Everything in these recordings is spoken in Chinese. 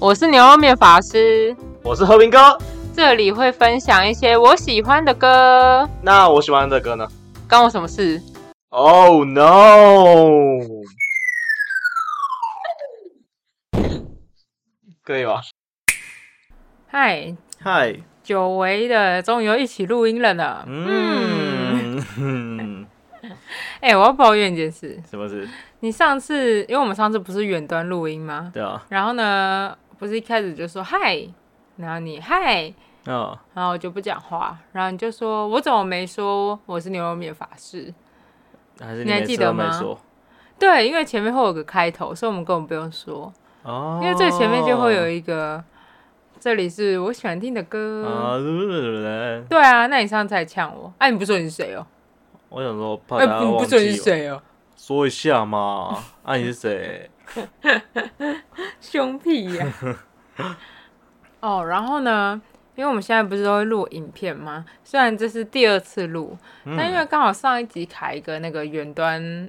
我是牛肉面法师，我是和平哥。这里会分享一些我喜欢的歌，那我喜欢的歌呢关我什么事？ ？Oh no！可以吧？嗨，嗨，久违的，终于又一起录音了呢。嗯，嗯，嗯哎、我要抱怨一件事，什么事？你上次，因为我们上次不是远端录音吗？对啊，然后呢，不是一开始就说嗨，然后你嗨，嗯，然后我就不讲话，然后你就说我怎么没说我是牛肉面法师？还是你还每次记都得没吗说？对，因为前面会有个开头，所以我们根本不用说。哦，因为最前面就会有一一个，这里是我喜欢听的歌。啊，对对对对对对啊，那你上次还呛我，哎、你不说你是谁哦、我想说怕哎、大家你忘不说你记是我，谁哦、说一 下嘛。啊，你是谁？凶屁呀、 哦，然后呢，因为我们现在不是都会录影片吗？虽然这是第二次录，嗯但因为刚好上一集卡一个那个远端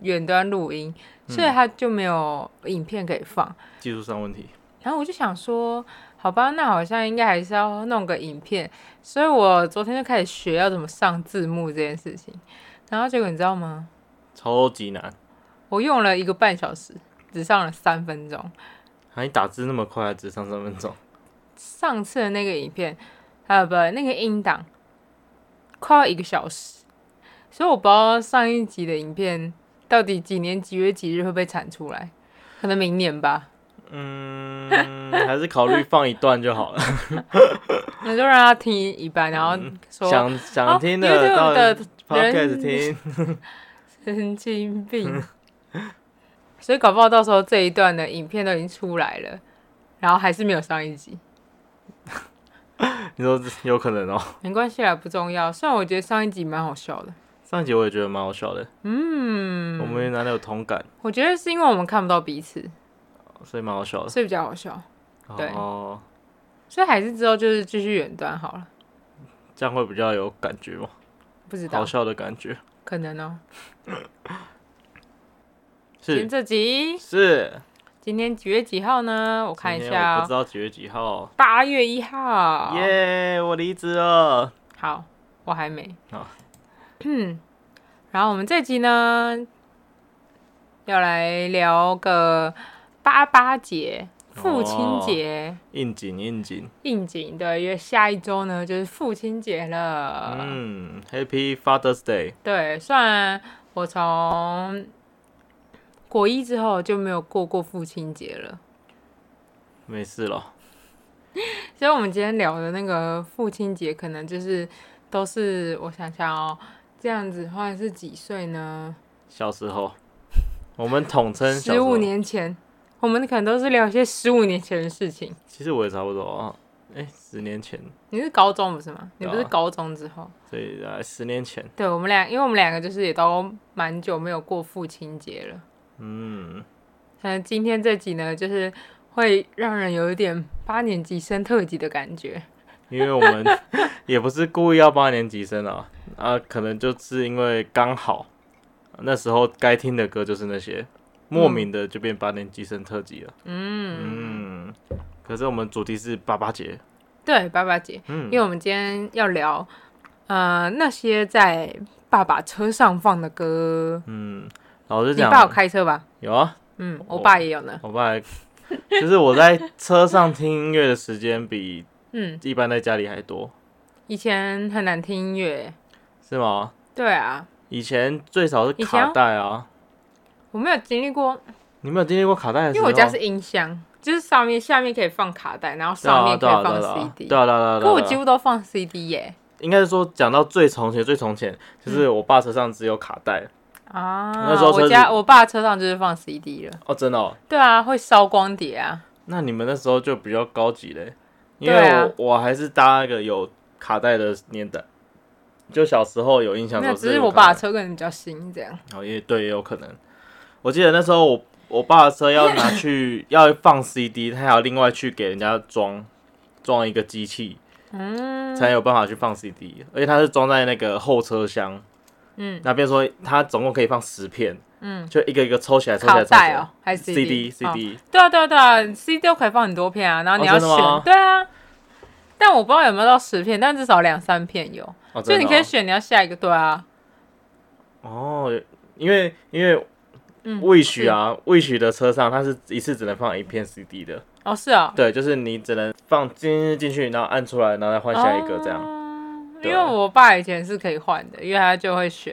远端录音，所嗯以它就没有影片可以放。技术上问题。然后我就想说，好吧，那好像应该还是要弄个影片，所以我昨天就开始学要怎么上字幕这件事情。然后结果你知道吗？超级难，我用了一个半小时，只上了三分钟。啊，你打字那么快，只上三分钟，上次的那个影片，啊不，那个音档快要一个小时，所以我不知道上一集的影片到底几年几月几日会被产出来，可能明年吧。嗯，还是考虑放一段就好了。那就让他听一半，然后 说嗯想想听的哦 YouTube 到的人 podcast 听， 神经病。 所以搞不好到时候这一段的影片都已经出来了，然后还是没有上一集，你说有可能哦。没关系啦，不重要。虽然我觉得上一集蛮好笑的，上一集我也觉得蛮好笑的，嗯，我们哪里有同感，我觉得是因为我们看不到彼此，所以蛮好笑的。所以比较好笑。对哦，所以还是之后就是继续远端好了，这样会比较有感觉嘛，不知好道，笑的感觉可能哦、今天是这集是。今天几月几号呢？我看一今天我下、不知哦，道几月几号。八月一号。耶，我离职了。好，我还没。好嗯，然后我们这集呢，要来聊个八八节、父亲节、应景应景，应景的，因为下一周呢就是父亲节了。嗯，Happy Father's Day。对，虽然我从国一之后就没有过过父亲节了，没事了，所以我们今天聊的那个父亲节，可能就是都是我想想哦，这样子的话是几岁呢？小 时候，我们统称小时十候五。年前，我们可能都是聊一些十五年前的事情。其实我也差不多啊，哎、十年前，你是高中不是吗？你对啊不是高中之后？所以大概十年前，对我们俩，因为我们两个就是也都蛮久没有过父亲节了。嗯，嗯，今天这集呢，就是会让人有一点八年级生特辑的感觉。因为我们也不是故意要八年级生啊， 啊，可能就是因为刚好那时候该听的歌就是那些，莫名的就变八年级生特辑了，嗯，嗯，可是我们主题是八八节，对，爸爸节，嗯因为我们今天要聊，呃，那些在爸爸车上放的歌。嗯，老实你爸有讲，开车吧？有啊，嗯，我我爸也有呢。我爸还就是我在车上听音乐的时间比嗯，一般在家里还多，以前很难听音乐。是吗？对啊，以前最少是以前哦卡带啊。我没有经历过，你没有经历过卡带的时因候？为我家是音箱，就是上面下面可以放卡带，然后对啊上面可以放 CD。对啊对啊对啊对啊对啊对啊。可我几乎都放 CD 耶、应该是说讲到最从前最从前，嗯就是我爸车上只有卡带啊，那时候车我子家我爸车上就是放 CD 了。哦，真的哦。对啊，会烧光碟啊。那你们那时候就比较高级嘞，因对为我、啊我还是搭一个有卡带的年代，就小时候有印象没有，都只是是有我卡带爸的车可能比较新这样。哦，也对，也有可能。我记得那时候我我爸的车要拿去 要放 CD，他还要另外去给人家装装一个机器，嗯，才有办法去放 CD，而且它是装在那个后车厢，嗯那边说它总共可以放十片，嗯，就一个一个抽起来，抽起卡来，抽起带来哦。，还是 CD CD 哦 CD，对啊，对啊，对啊，CD 都可以放很多片啊，然后你哦要真选，的吗对啊。但我不知道有没有到十片，但至少两三片有，哦，就真你的可以哦选你要下一个，对啊，哦，因为因为嗯 Wish 啊，Wish 的车上它是一次只能放一片 CD 的，哦是啊，对，就是你只能放进进去，然后按出来，然后再换下一个这样。哦因对啊为我爸以前是可以换的，因为他就会选，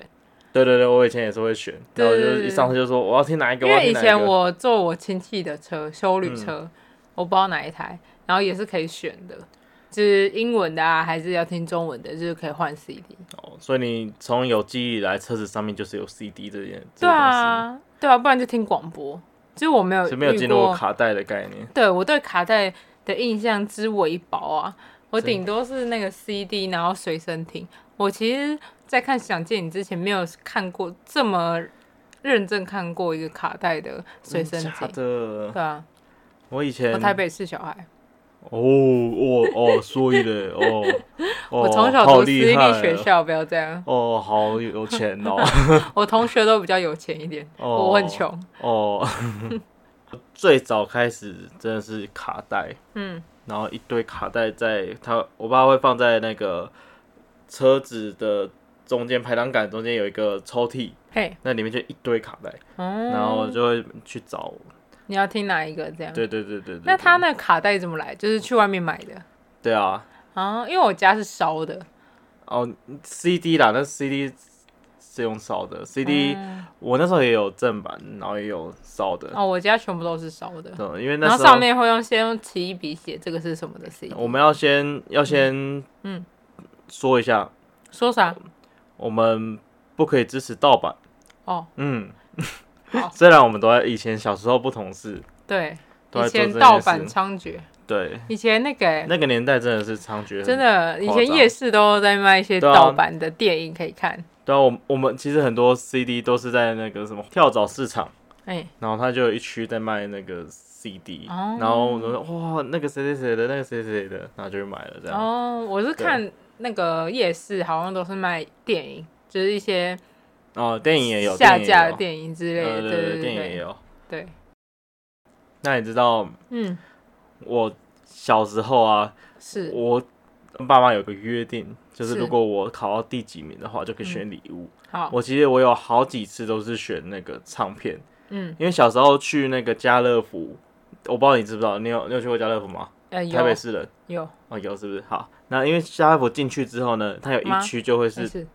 对对对，我以前也是会选，然后我对就对对一上车就说我要听哪一个，因我要为以听哪一前个。嗯我坐我亲戚的车，修旅车，我不知道哪一台，然后也是可以选的，就是英文的啊，还是要听中文的，就是可以换 CD。哦所以你从有记忆以来，车子上面就是有 CD 这件这对个东啊，对啊，不然就听广播。就是我没有西，就没有遇进入过卡带的概念。对我对卡带的印象之微薄啊，我真的顶多是那个 CD，然后随身听。我其实，在看《想见你》之前，没有看过这么认真看过一个卡带的随身听。嗯假的，对啊，我以前我台北市小孩，哦哦哦，所以嘞 哦，哦我从小好读私厉害立哦学校，不要这样。哦，好有钱哦。我同学都比较有钱一点，哦 我很穷。 哦， 最早开始真的是卡带，嗯，然后一堆卡带在他，我爸会放在那个车子的中间排挡杆中间有一个抽屉，嘿，那里面就一堆卡带，嗯，然后就会去找。你要听哪一个？这样。对对对对对。那他对？那卡带怎么来？就是去外面买的对啊，啊，因为我家是烧的。哦，CD 啦，那 CD 是用烧的，CD、嗯我那时候也有正版，然后也有烧的，哦，我家全部都是烧的，嗯，因为那然后时候上面会用先用奇异笔写这个是什么的 C，我们要先要先嗯说一下，说啥？我们不可以支持盗版。哦，嗯好， 虽然我们都在以前小时候不同事，对，都在以做这前件盗版事猖獗，对以前那个、欸、那个年代真的是猖獗，真。的，以夸前张夜市都在卖一些对啊盗版的电影可以看，对啊，我我们其实很多 CD 都是在那个什么跳蚤市场，哎、然后它就有一区在卖那个 CD，、哦然后我就说哇那个谁谁谁的那个谁谁谁的，然后就去买了这样。哦，我是对看那个夜市好像都是卖电影，就是一些哦，电影也有下架的电电影之影类也有的，呃对对，对电影也对有。对，那你知道嗯，我小时候啊，是我跟爸妈有个约定，就是是嗯如果我考到第几名的话，就可以选礼物。好，我其实我有好几次都是选那个唱片，嗯，因为小时候去那个家乐福，我不知道你知不知道，你有你有去过家乐福吗？呃，台北有市人有，哦，有是不是？好，那因为家乐福进去之后呢，它有吗一区就会是是，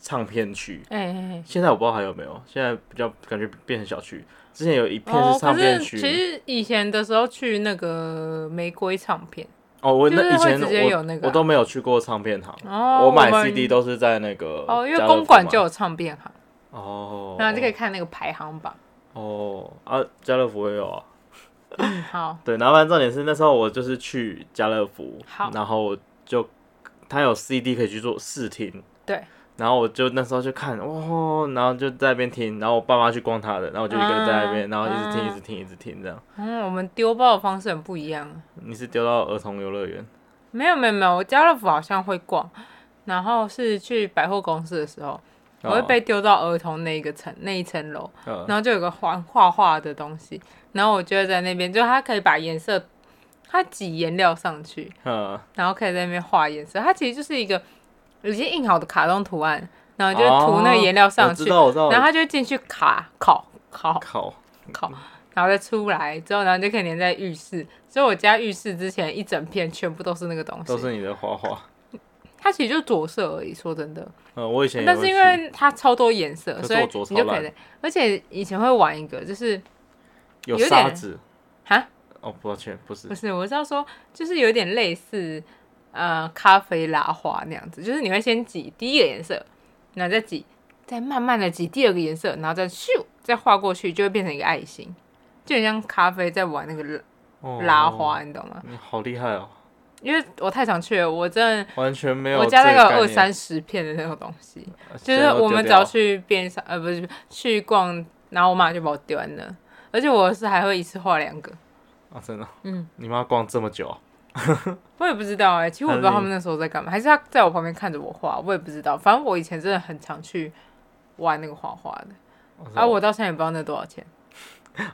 唱片区，哎哎哎。现在我不知道还有没有，现在比较感觉变成小区，之前有一片哦，是唱片可是区。其实以前的时候去那个玫瑰唱片，哦，我就是那以会前直接我、有那个啊我都没有去过唱片行，哦，我买们 CD 都是在那个哦，因为家乐公福馆买就有唱片行，哦，然后就可以看那个排行榜。哦啊，家乐福也有啊。嗯好，对，然后反正重点是那时候我就是去家乐福，好然后我就他有 CD 可以去做试听，对，然后我就那时候就看哦，然后就在那边听，然后我爸妈去逛他的，然后我就一个人在那边，嗯然后一直听，嗯一直听，一直听这样。嗯，我们丢包的方式很不一样。你是丢到儿童游乐园没有没有没有，我家乐福好像会逛，然后是去百货公司的时候，我哦会被丢到儿童那一个层那一层楼，呃然后就有个画画画的东西，然后我就会在那边，就它可以把颜色，它挤颜料上去，呃，然后可以在那边画颜色。它其实就是一个已经印好的卡通图案，然后就涂那个颜料 上哦我知去，道我知道，然后它就会进去卡烤烤靠，烤，然后再出来之后，然后就可以粘在浴室。所以我家浴室之前一整片全部都是那个东都西，是你的画画。它其实就着色而已。说真的，嗯，我以前也但会是因去为它超多颜色可，是所以我着你就超可以烂在。而且以前会玩一个，就是有有沙点子哈，哦，抱歉，不是不是，我是要说，就是有点类似呃咖啡拉花那样子，就是你会先挤第一个颜色，然后再挤，再慢慢的挤第二个颜色，然后再咻再画过去，就会变成一个爱心，就很像咖啡在玩那个拉哦拉花，你懂吗？你好厉害哦，因为我太常去了，我真的。完全没有我这家大概有概二念三十片的那种东西，呃就现是在都我丢们只掉要了去边上，呃，不是去逛，然后我妈就把我丢在那，而且我是还会一次画两个，啊，真的，嗯，你妈逛这么久啊，我也不知道哎、其实我不知道他们那时候在干嘛，还是他在我旁边看着我画，我也不知道。反正我以前真的很常去玩那个画画的，哦是啊，哦我到现在也不知道那多少钱。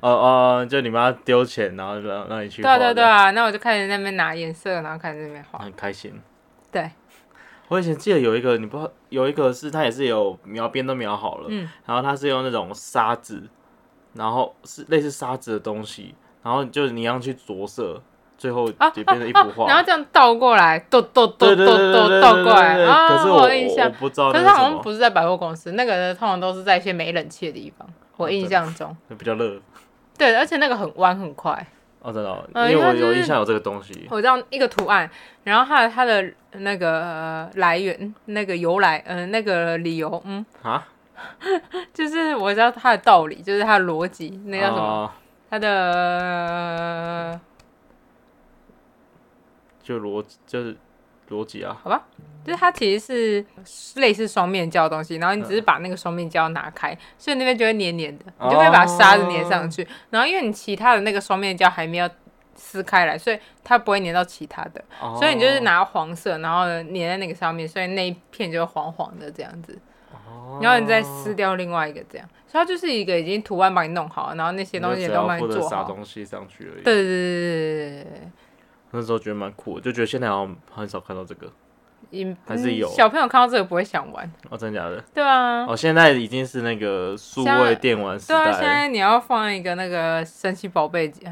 哦哦，就你妈丢钱，然后让让你去对啊画，对啊这对样，啊，那我就开始在那边拿颜色，然后开始在那边画。很开心。对，我以前记得有一个，你不知道有一个是它也是有描边都描好了，嗯然后它是用那种沙子，然后是类似沙子的东西，然后就是你要去着色，最后啊也变成一幅 画。然后这样倒过来，倒倒倒对对倒对对对倒对倒对过来对啊！哎可是我有印我我象，不知道可是那是它好什像么，不是在百货公司，那个通常都是在一些没冷气的地方。哦我印象中，比较热对，而且那个很弯很快。哦，真的哦，呃因为因为我就是有印象有这个东西。我知道一个图案，然后它的它的那个、呃来源、那个由来，嗯、那个理由，嗯， 啊，就是我知道它的道理，就是它的逻辑，那叫什么？啊它的就逻就是逻辑啊，就是它其实是类似双面胶的东西，然后你只是把那个双面胶拿开，所以那边就会黏黏的，你就会把沙子粘上去。然后因为你其他的那个双面胶还没有撕开来，所以它不会粘到其他的，哦所以你就是拿黄色，然后呢粘在那个上面，所以那一片就会黄黄的这样子。哦然后你再撕掉另外一个这样，所以它就是一个已经图案帮你弄好了，然后那些东西你也就只都要帮你负责做撒好。东西上去而已。对对对对对对对，那时候觉得蛮酷的，就觉得现在好像很少看到这个。也还是嗯有小朋友看到这个不会想玩，哦，真的假的？对啊，哦，现在已经是那个数现在位电玩时对代啊，了。现在你要放一个那个神奇宝贝机，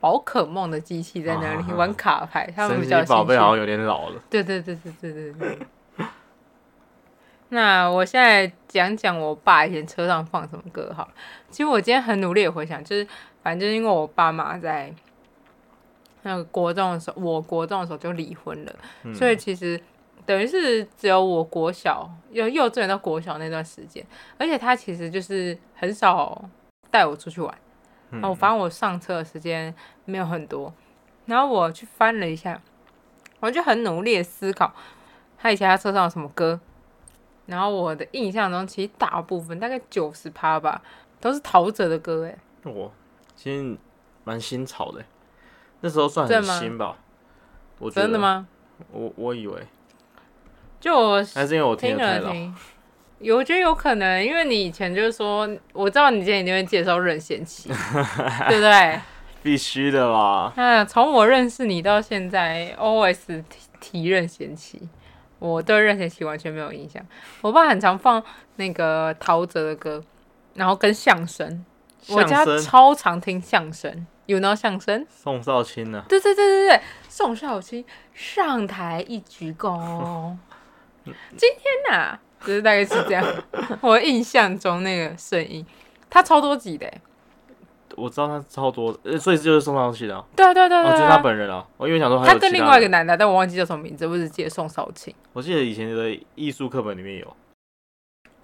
宝可梦的机器在那里、啊玩卡牌，他们神比较奇有宝兴贝好像趣。有点老了。对对对对对对对。那我现在讲讲我爸以前车上放什么歌好了。其实我今天很努力的回想，就是反正就是因为我爸妈在那个国中的时候，我国中的时候就离婚了，嗯所以其实等于是只有我国小由幼稚园到国小那段时间，而且他其实就是很少带我出去玩。嗯哦，反正我上车的时间没有很多，然后我去翻了一下，我就很努力的思考他以前他车上有什么歌，然后我的印象中其实大部分大概九十趴吧都是陶喆的歌，哎，我其实蛮新潮的，欸那时候算真很的吗新吧。我觉得真的？吗？我我以为，就我还是因为我听的太老。听，有我觉得有可能，因为你以前就是说，我知道你今天一定会介绍任贤 齐，对不对？必须的啦。那从我认识你到现在，always 提提任贤齐，我对任贤齐完全没有印象。我爸很常放那个陶喆的歌，然后跟相声，我相家声超常听相声，you know 相声？宋少卿啊呢？对对对对对，宋少卿上台一鞠躬，今天呐、就是大概是这样。我印象中那个声音，他超多集的欸，我知道他超多的，呃所以这就是宋少卿啊。对啊对啊对啊哦，就是对他啊。本人啊。我因为想说还他有跟其另外一个的，男的，但我忘记叫什么名字，我只记得宋少卿。我记得以前的艺术课本里面有。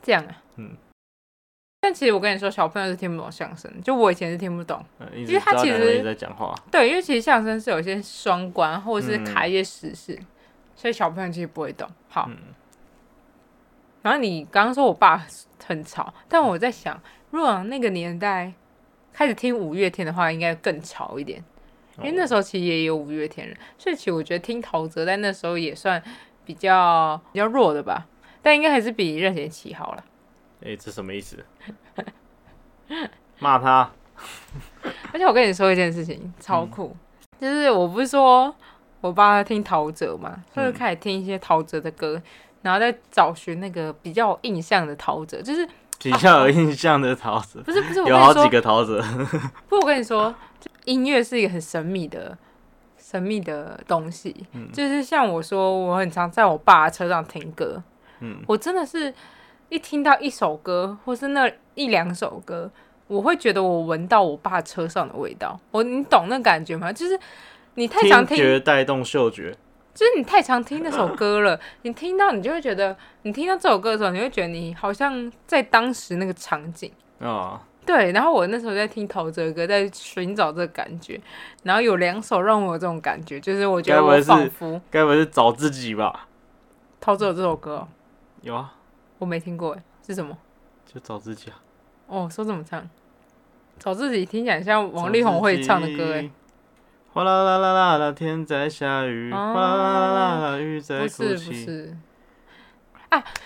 这样啊，嗯。但其实我跟你说，小朋友是听不懂相声，就我以前是听不懂。嗯一直因为他知道其两个人实一直在讲话，对，因为其实相声是有一些双关，或者是卡嗯一些时事，所以小朋友其实不会懂。好，嗯然后你刚刚说我爸很吵，但我在想，如果那个年代开始听五月天的话，应该更吵一点，因为哦那时候其实也有五月天人，所以其实我觉得听陶喆在那时候也算比较比较弱的吧，但应该还是比任贤齐好了。哎、这什么意思？骂他而且我跟你说一件事情，嗯超酷，就是我不是说我爸听陶喆嘛，所以嗯开始听一些陶喆的歌，然后再找寻那个比较有印象的陶喆，就是比较有印象的桃子，不 是不是我跟有你好几说，个桃子。不是我跟你说，就音乐是一个很神秘的。神秘的东西，嗯就是像我说，我很常在我爸的车上听歌，嗯，我真的是一听到一首歌，或是那一两首歌，我会觉得我闻到我爸车上的味道。我你懂那感觉吗？就是你太常听听，觉带动嗅觉，就是你太常听那首歌了，你听到你就会觉得，你听到这首歌的时候，你会觉得你好像在当时那个场景。啊、对，然后我那时候在听陶喆的歌，在寻找这个感觉，然后有两首让我有这种感觉，就是我觉该得不我会是仿佛该不会是找自己吧？陶喆有这首歌哦、有啊，我没听过诶，是什么？就找自己啊。哦，说怎么唱？找自己听起来像王力宏会唱的歌哎哎，。哗啦啦啦啦啦，天在下雨，哦哗啦啦啦啦，雨在不哭是不泣。是。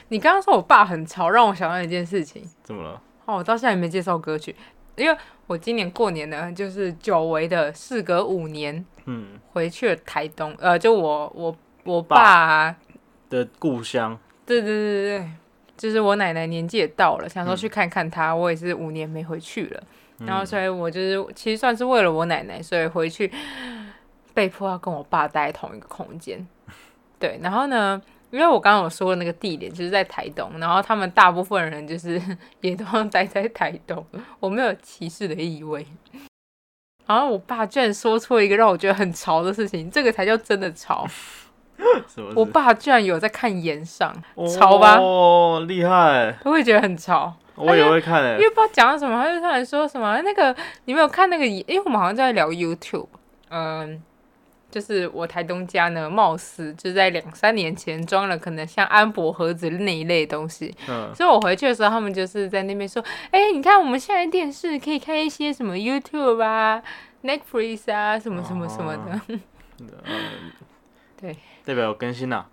你刚刚说我爸很吵，让我想到一件事情。怎么了？哦，我到现在也没介绍歌曲，因为我今年过年呢，就是久违的，事隔五年嗯，回去了台东，呃，就我我我爸爸啊、的故乡，对对对对对，就是我奶奶年纪也到了，想说去看看她，我也是五年没回去了，嗯然后所以我就是其实算是为了我奶奶，所以回去被迫要跟我爸待在同一个空间。 对，然后呢，因为我刚刚有说的那个地点就是在台东，然后他们大部分人就是也都待在台东， 我没有歧视的意味。然后我爸居然说出了一个让我觉得很潮的事情，这个才叫真的潮。 什么事？我爸居然有在看岩上，哦潮吧哦，厉害！我也觉得很潮。我也会看欸诶、哎因为不知道讲到什么，他就突然说什么那个，你没有看那个？因为我们好像在聊 YouTube，嗯，就是我台东家呢，貌似就在两三年前装了可能像安博盒子那一类的东西，嗯，所以我回去的时候，他们就是在那边说，哎、你看我们现在电视可以看一些什么 YouTube 啊、Netflix 啊，什么什么什么的。嗯对，代表有更新啊啦、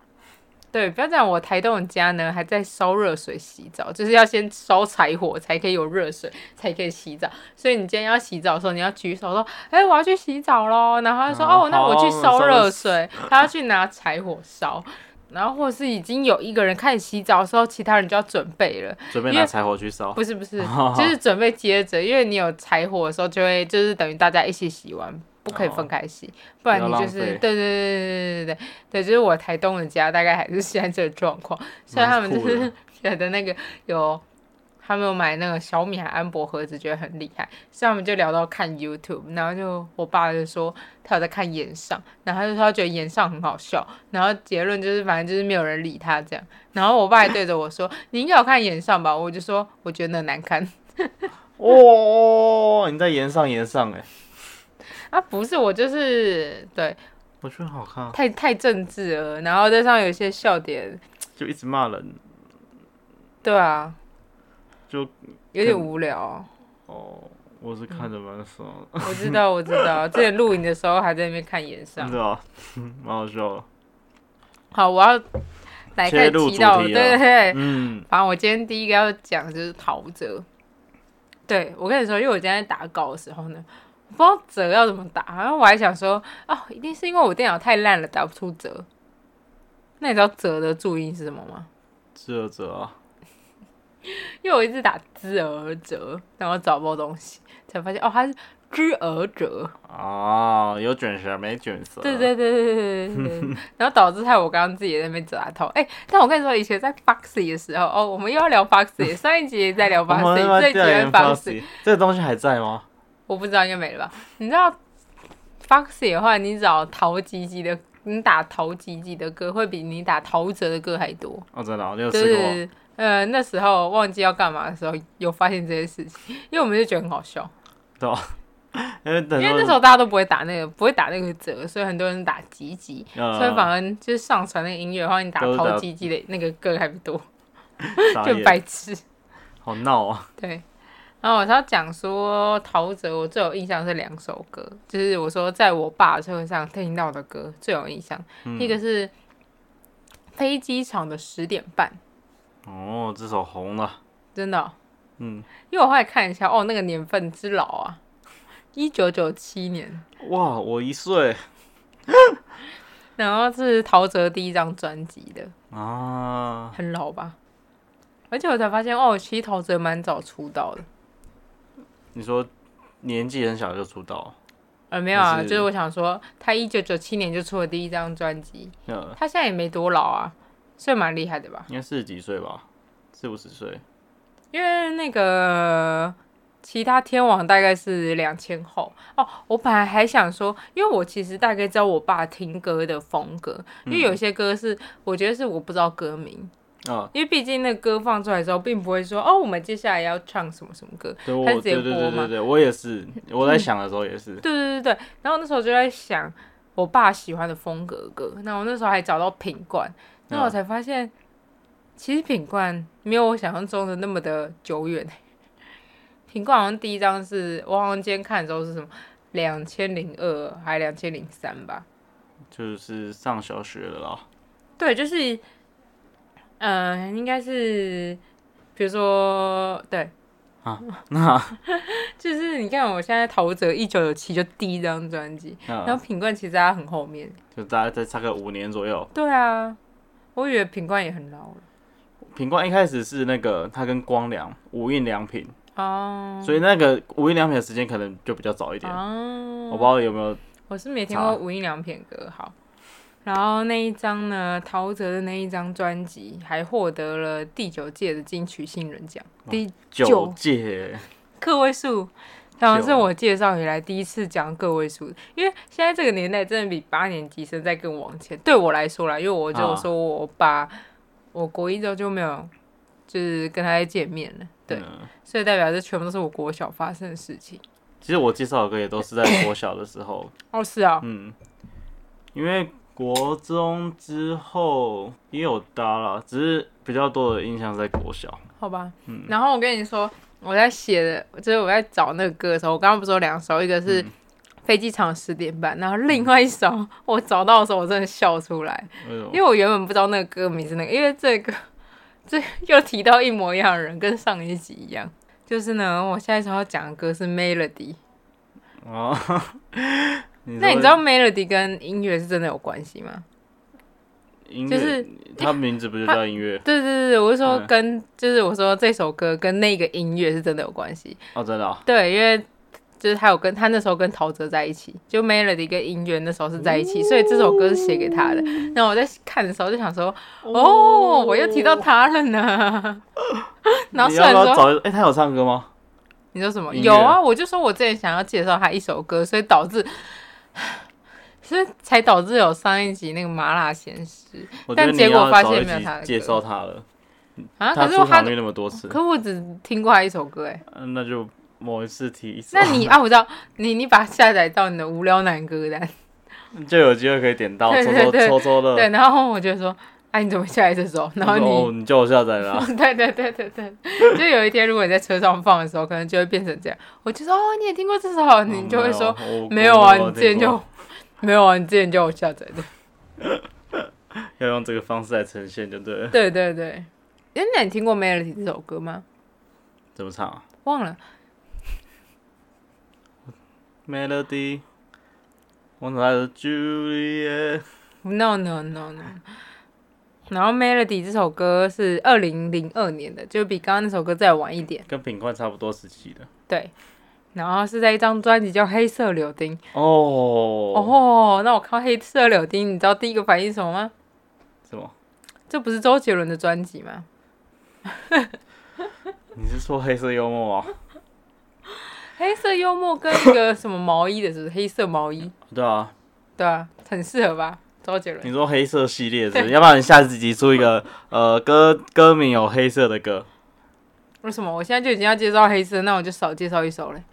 对，不要讲我台东的家呢，还在烧热水洗澡，就是要先烧柴火才可以有热水，才可以洗澡。所以你今天要洗澡的时候，你要举手说：“哎、我要去洗澡喽。”然后他就说：“哦哦，那好我去烧烧热热水。”他要去拿柴火烧。然后或是已经有一个人开始洗澡的时候，其他人就要准备 了。准备因拿为柴火去烧。，不是不是就是准备接着，因为你有柴火的时候，就会就是等于大家一起洗完，不可以分开洗，不然你就哦不要浪是费对对对对对对对对，就是我台东的家大概还是现在这个状况，所以他们就蛮是觉得那个有。他们有买那个小米还安博盒子，觉得很厉害，所以他们就聊到看 YouTube，然后就我爸就说他有在看演上，然后他就说他觉得演上很好笑，然后结论就是反正就是没有人理他这样，然后我爸还对着我说：“你应该有看演上吧？”我就说：“我觉得难看。哦，你在岩上岩上欸诶、”啊，不是我就是对我觉得很好看啊，太太政治了，然后加上有一些笑点，就一直骂人。对啊，就有点无聊。哦，我是看着蛮爽的。我知道，我知 道，之前录影的时候还在那边看演上。对啊， 蛮好笑的。好，我要来开切始入提主到，题啊对对了对，嗯，反正我今天第一个要讲的就是陶喆。对我跟你说，因为我今天在打稿的时候呢，我不知道折要怎么打，然后我还想说，哦，一定是因为我电脑太烂了，打不出折。那你知道折的注音是什么吗？这这啊，因为我一直打知而折，然后找不到东西，才发现哦，它是知而折。啊，有卷舌没卷舌。对对对对对对对对，然后导致害我刚刚自己在那边折啊头。哎、但我跟你说，以前在 Foxy 的时候，哦，我们又要聊 Foxy，上一集也在聊我们 Foxy，他妈这一集哦调也研是 Foxy。 Foxy，这个东西还在吗？我不知道应该没了吧？你知道 Foxy 的话，你找陶吉吉的，你打陶吉吉的歌会比你打陶喆的歌还多。哦，真的哦，你有就吃过吗？是呃那时候忘记要干嘛的时候，有发现这些事情，因为我们就觉得很好笑，因为等因为那时候大家都不会打那个不会打那个折，所以很多人打吉吉，呃所以反而就是上传那个音乐的话，你打都是打陶吉吉的那个歌还不多，傻就眼很白痴。好闹啊！对，然后我是要讲说陶喆，我最有印象是两首歌，就是我说在我爸的车上听到的歌最有印象，嗯一个是飞机场的十点半，哦，这首红了，真的哦、嗯，因为我后来看一下，哦，那个年份之老啊，一九九七年，哇，我一岁然后是陶喆第一张专辑的，啊，很老吧？而且我才发现，哦，其实陶喆蛮早出道的。你说年纪很小就出道，呃，没有啊，还就是是我想说，他一九九七年就出了第一张专辑，呃，他现在也没多老啊，所以蛮厉害的吧？应该四十几岁吧，四五十岁，因为那个其他天王大概是两千后哦。我本来还想说，因为我其实大概知道我爸听歌的风格，因为有些歌是我觉得是我不知道歌名，啊，因为毕竟那个歌放出来之后，并不会说哦，我们接下来要唱什么什么歌。对，我他对是直接对对播对吗对，我也 是，我在想的时候也是，对对对对，然后那时候就在想我爸喜欢的风格歌，那我那时候还找到品冠，那我才发现、其实品冠没有我想象中的那么的久远。 品冠好像第一张是我好像今天看的时候是什么两千零二还两千零三吧？就是上小学了啦，对，就是嗯、嗯、应该是比如说对，那就是你看我现在陶喆一九九七就第一张专辑，然那后品冠其实他很后面。就大概再差个五年左右。对啊，我以为品冠也很老了。品冠一开始是那个他跟光良、无印良品，哦，所以那个无印良品的时间可能就比较早一点。哦，我不知道有没有我是没听过无印良品的歌，好。然后那一张呢，陶喆的那一张专辑还获得了第九届的金曲新人奖，第九届，个位数，好像是九我介绍以来第一次讲个位数，因为现在这个年代真的比八年级生再更往前。对我来说啦，因为我就啊说我把我国一之后就没有，就是跟他再见面了，对，嗯所以代表这全部都是我国小发生的事情。其实我介绍的歌也都是在国小的时候，哦，是啊，嗯，因为国中之后也有搭啦，只是比较多的印象是在国小。好吧，嗯然后我跟你说，我在写的，就是我在找那个歌的时候，我刚刚不是有两首，一个嗯是《飞机场十点半》，然后另外一首、我找到的时候，我真的笑出来，为什么因为我原本不知道那个歌名是那个，因为这个这又提到一模一样的人，跟上一集一样。就是呢，我下一首要讲的歌是 Melody，哦， 你那你知道 Melody 跟音乐是真的有关系吗？音就乐？是它名字不就叫音乐？对对对对，我是说嗯跟，就是我说这首歌跟那个音乐是真的有关系。哦，真的、哦，对，因为就是他有跟他那时候跟陶喆在一起，就 Melody 跟音乐那时候是在一起，所以这首歌是写给他的。哦那我在看的时候就想说，哦，我又提到他了呢。 然后你虽要然不要说找一？哎、他有唱歌吗？你说什么音有啊，乐我就说我之前想要介绍他一首歌，所以导致。所以才导致有上一集那个麻辣鲜师我觉但得你结果要发找现一没有集他的歌介绍他了。啊，他可是出我他场，率那么多次，可我只听过他一首歌哎、嗯那就某一次提一 次，那你啊，我知道你你把它下载到你的无聊男歌 单，嗯就有机会可以点到对抽对抽对抽抽乐。对，然后我就说，哎、你怎么下来这首？ 然后我说哦你，你叫我下载了、啊，对对对对对，就有一天如果你在车上放的时候，可能就会变成这样。我就说，哦，你也听过这首， 你就会说，哦没有啊，我你之前听过就没有啊，你之前就有下载的。要用这个方式来呈现，就对了。对对对，哎，那你听过《Melody》这首歌吗？怎么唱啊忘了， ？Melody，我哪来的 Juliet？ No no no no。然后《Melody》这首歌是二零零二年的，就比刚刚那首歌再晚一点。跟品冠差不多时期的。对，然后是在一张专辑叫《黑色柳丁》。哦，哦，那我看到黑色柳丁，你知道第一个反应是什么吗？什么？这不是周杰伦的专辑吗？你是说黑色幽默啊？黑色幽默跟一个什么毛衣的，是不是黑色毛衣？对啊，对啊，很适合吧？周杰你伦。说黑色系列是不是，要不然你下次集出一个呃歌歌名有黑色的歌，为什么我现在就已经要介绍黑色，那我就少介绍一首嘞？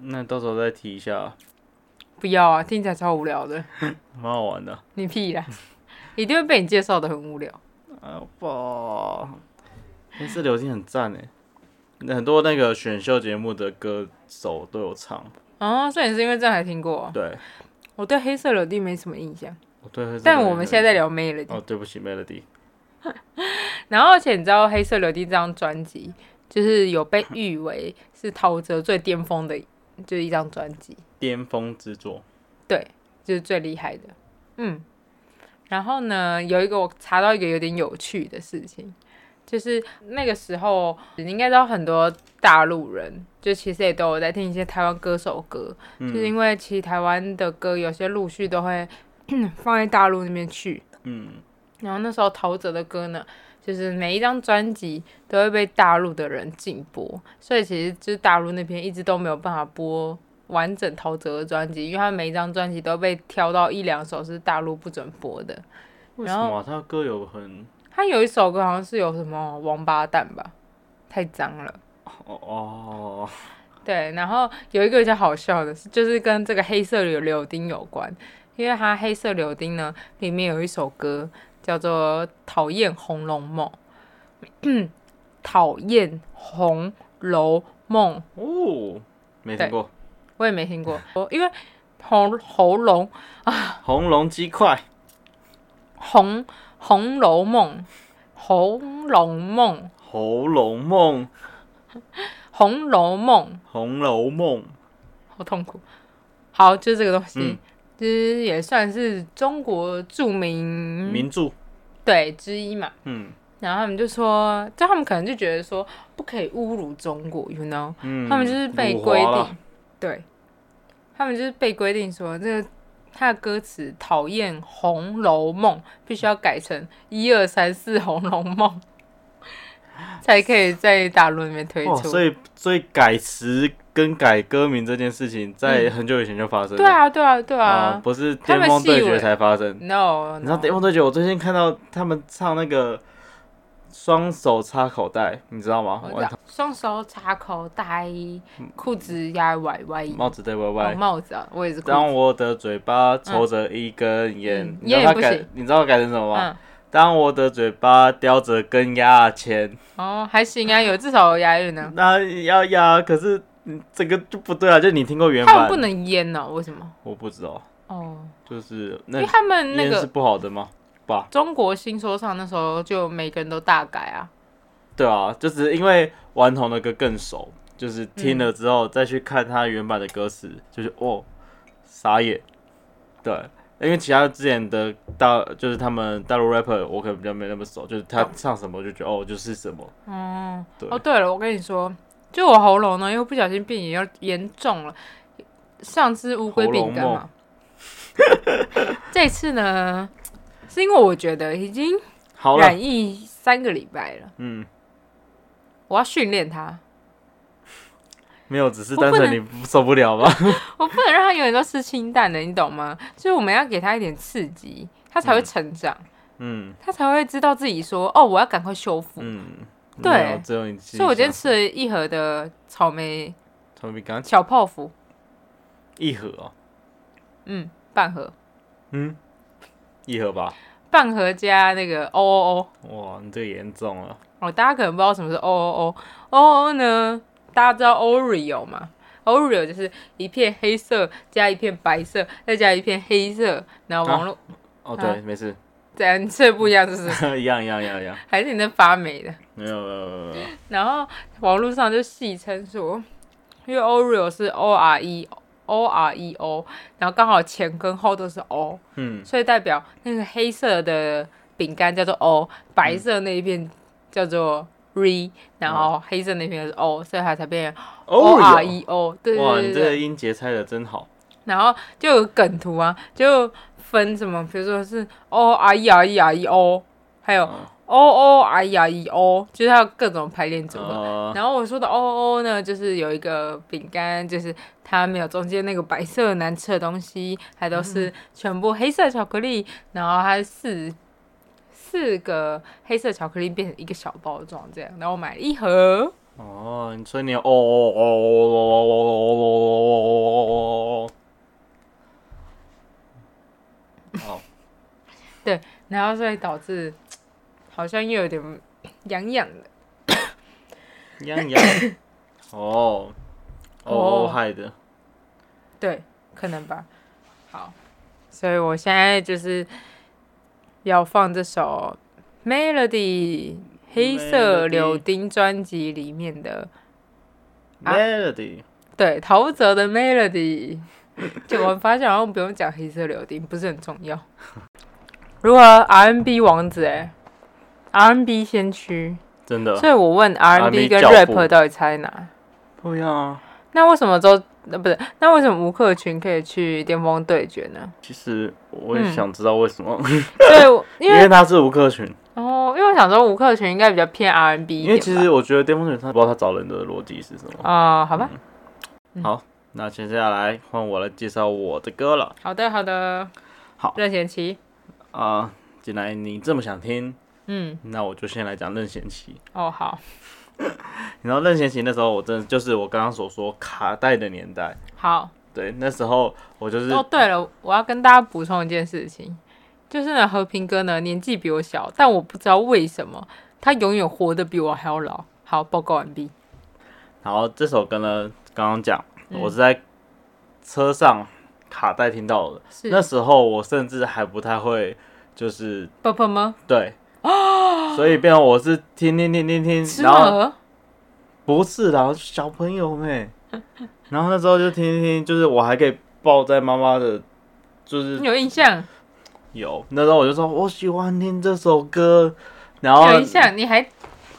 那到时候再提一下，不要啊，听起来超无聊的。蛮好玩的。你屁 啦，一定会被你介绍的很无聊。啊哇，黑色流星很赞哎，很多那个选秀节目的歌手都有唱。哦，所以你是因为这样才听过、哦？对，我对黑色柳丁没什么印象，我对黑色但流我星们有现在在印象聊 Melody。哦，对不起，Melody。然后，而且你知道《黑色柳丁》这张专辑，就是有被誉为是陶喆最巅峰的，就是一张专辑，巅峰之作，对，就是最厉害的。嗯，然后呢，有一个我查到一个有点有趣的事情，就是那个时候你应该知道很多大陆人，就其实也都有在听一些台湾歌手歌，嗯就是因为其实台湾的歌有些陆续都会 放在大陆那边去，嗯，然后那时候陶喆的歌呢，就是每一张专辑都会被大陆的人禁播，所以其实就是大陆那边一直都没有办法播完整陶喆的专辑，因为他每一张专辑都被挑到一两首是大陆不准播的。为然什后么啊他的歌有很他有一首歌好像是有什么王八蛋吧，太脏了。哦哦，对，然后有一个比较好笑的是，就是跟这个黑色柳柳丁有关，因为它黑色柳丁呢里面有一首歌叫做《讨厌红楼梦》，讨厌红楼梦，哦，没听过我也没听过，我因为红喉咙《红龙鸡块》红红楼梦，红楼梦》《红楼梦》《红楼梦》，红楼梦》好痛苦。好，就是这个东西，嗯其实也算是中国著名名著，对之一嘛。嗯然后他们就说，就他们可能就觉得说不可以侮辱中国，you know，、嗯，他们就是被辱华规啦定，对，他们就是被规定说这个他的歌词讨厌《红楼梦》，必须要改成一二三四《红楼梦》， 才可以在大陆那边推哇，出。哦所以所以改词跟改歌名这件事情，在很久以前就发生了。对啊，对啊，对啊啊。不是他巅们峰对戏决尾才发生。 No，你知道 no 巅峰对决？我最近看到他们唱那个双手插口袋，你知道吗？我我知道双手插口袋，裤子压歪歪，帽子对歪哦歪。帽子啊，我也是裤当子。我的嘴巴抽着一根烟嗯，你知道烟也他不改行，你知道改成什么吗？嗯，当我的嘴巴叼着根牙签，哦，还行啊，有至少有押韵呢。那要呀，可是嗯这个就不对啊！就你听过原他们版不，能淹哦，为什么？我不知道，哦，就是因那为他们那烟是个不好的吗？吧？中国新说唱那时候就每个人都大改啊，对啊，就只是因为顽童的歌更熟，就是听嗯了之后再去看他原版的歌词，就是哦，傻眼。对，因为其他之前的大就是他们大陆 rapper，我可能比较没那么熟，就是他懂唱什么我就觉得哦就是什么。哦，对哦，对了，我跟你说，就我喉咙呢又不小心变炎，要严重了，上次乌龟饼干喉咙嘛， 这次呢，是因为我觉得已经好了，染疫三个礼拜了，嗯，我要训练它，没有，只是我不单能纯你受不了吧？ 我不能让它永远都吃清淡的，你懂吗？就是我们要给它一点刺激，它才会成长，嗯它才会知道自己说，哦，我要赶快修复。嗯，对没有只有你自己想。所以我今天吃了一盒的草莓从饼干小泡芙，一盒、哦，嗯，半盒，嗯，一盒吧。半盒加那个 O O O。哇，你这个严重了。哦，大家可能不知道什么是 O O O。O O 呢，大家知道 Oreo 吗？Oreo 就是一片黑色加一片白色，再加一片黑色，然后网络哦，对，啊没事， 怎样？你吃的不一样，是不是？一样一样一样一样，还是你在发霉的？没有没有没有没有。然后网络上就戏称说，因为 Oreo 是 O R E O R E O，然后刚好前跟后都是 O。嗯，所以代表那个黑色的饼干叫做 O，白色那一片叫做 Re，、然后黑色那片是 O，所以它才变 O 哦 R E O。对哇，对对你这个对。音节猜的真好。然后就有梗图啊，就分什么，比如说是 O R E R E R E O，还有 O 嗯 O R E R E O，就是它有各种排列组合。呃，然后我说的哦 O O 呢，就是有一个饼干，就是它没有中间那个白色难吃的东西，它都是全部黑色巧克力，然后它四四个黑色巧克力变成一个小包装这样，然后我买了一盒，哦，你说你哦哦哦哦哦哦哦哦哦哦哦，然后所以导致好像又有点痒痒的，羊羊，哦哦害的，对，可能吧。好，所以我现在就是要放这首 Melody 黑色 Melody 柳丁专辑里面的。 melody，对，陶喆的 Melody，就 我发现好像不用讲黑色柳丁，不是很重要。如何 R&B 王子哎、R&B 先驱，真的所以我问 R&B 跟教父 rap 到底差在哪？不一样啊。那为什么周呃不是？那为什么吴克群可以去巅峰对决呢？ 其实我也想知道为什么，所以我因因为为他是吴克群，哦，因为我想说吴克群应该比较偏 R&B 一因为点吧。其实我觉得巅峰群他不知道他找人的逻辑是什么。啊、好嗯吧，那接下来换我来介绍我的歌了。好的好的，好任贤齐，啊，既然你这么想听，嗯，那我就先来讲任贤齐。哦好，你知道任贤齐那时候，我真的就是我刚刚所说卡带的年代。好。对，那时候我就是哦，对了，我要跟大家补充一件事情，就是呢，和平哥呢年纪比我小，但我不知道为什么他永远活得比我还要老。好，报告完毕。然后这首歌呢，刚刚讲嗯我是在车上卡带听到的。是那时候我甚至还不太会，就是爸爸吗？对，所以变成我是听听听听听，哦吃嗯然后鹅不是啦，小朋友们。然后那时候就听听听，就是我还可以抱在妈妈的，就是你有印象？有那时候我就说我喜欢听这首歌，然后有印象，你还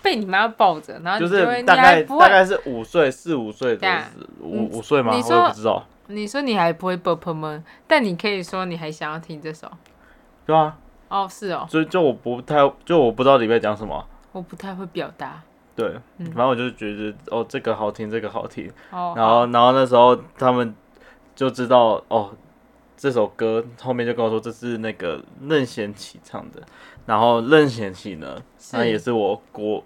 被你妈抱着，然后就你就是会，大你还概不大会，概是五岁四五岁对的啊时五五岁吗？你我说也不知道，你说你还不会 b u r p 吗？但你可以说你还想要听这首。对啊，哦，是哦，就就我不太就我不知道里面讲什么，我不太会表达。对，嗯反正我就觉得哦这个好听这个好听，哦，然后然后那时候他们就知道哦这首歌后面就跟我说这是那个任贤齐唱的，然后任贤齐呢，是那也是我国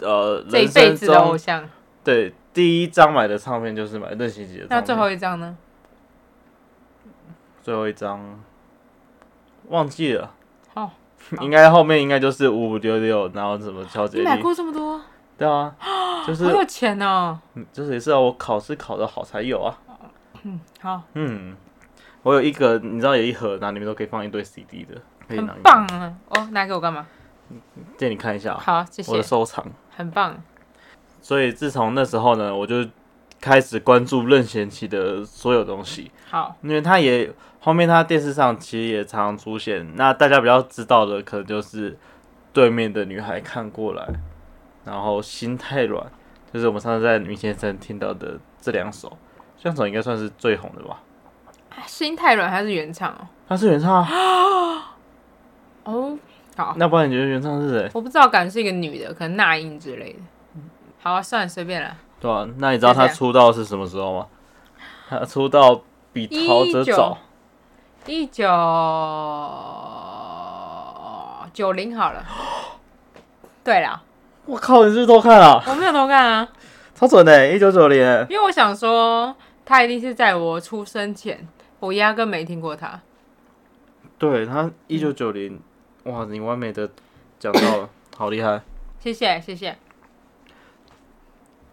呃这一人辈生子的中偶像。对，第一张买的唱片就是买任贤齐的唱片。那最后一张呢？最后一张忘记了，哦， 应该后面应该就是五五六六，然后什么乔杰你买利。过这么多，对啊，就是好有钱哦。嗯就是也是要我考试考得好才有啊。嗯，好，嗯，我有一个，你知道有一盒，然后里面都可以放一堆 CD 的，可以拿很棒啊！哦，拿给我干嘛？借你看一下啊、好，谢我的谢，收藏。很棒。所以自从那时候呢，我就开始关注任贤齐的所有东西。好，因为他也后面他电视上其实也常常出现。那大家比较知道的，可能就是对面的女孩看过来，然后心太软，就是我们上次在女先生听到的这两首，这两首应该算是最红的吧？啊心太软还是原唱哦？他是原唱啊，哦，好，那不然你觉得原唱是谁？我不知道，感觉是一个女的，可能那英之类的。嗯好啊，算了，随便了。对啊，那你知道他出道是什么时候吗？他出道比陶喆早，一九九零好 了。对啦，我靠，你是不是偷看啊？我没有偷看啊，超准的、欸，一九九零，因为我想说，他一定是在我出生前，我压根没听过他。对他一九九零，哇，你完美的讲到了，好厉害。谢谢，谢谢。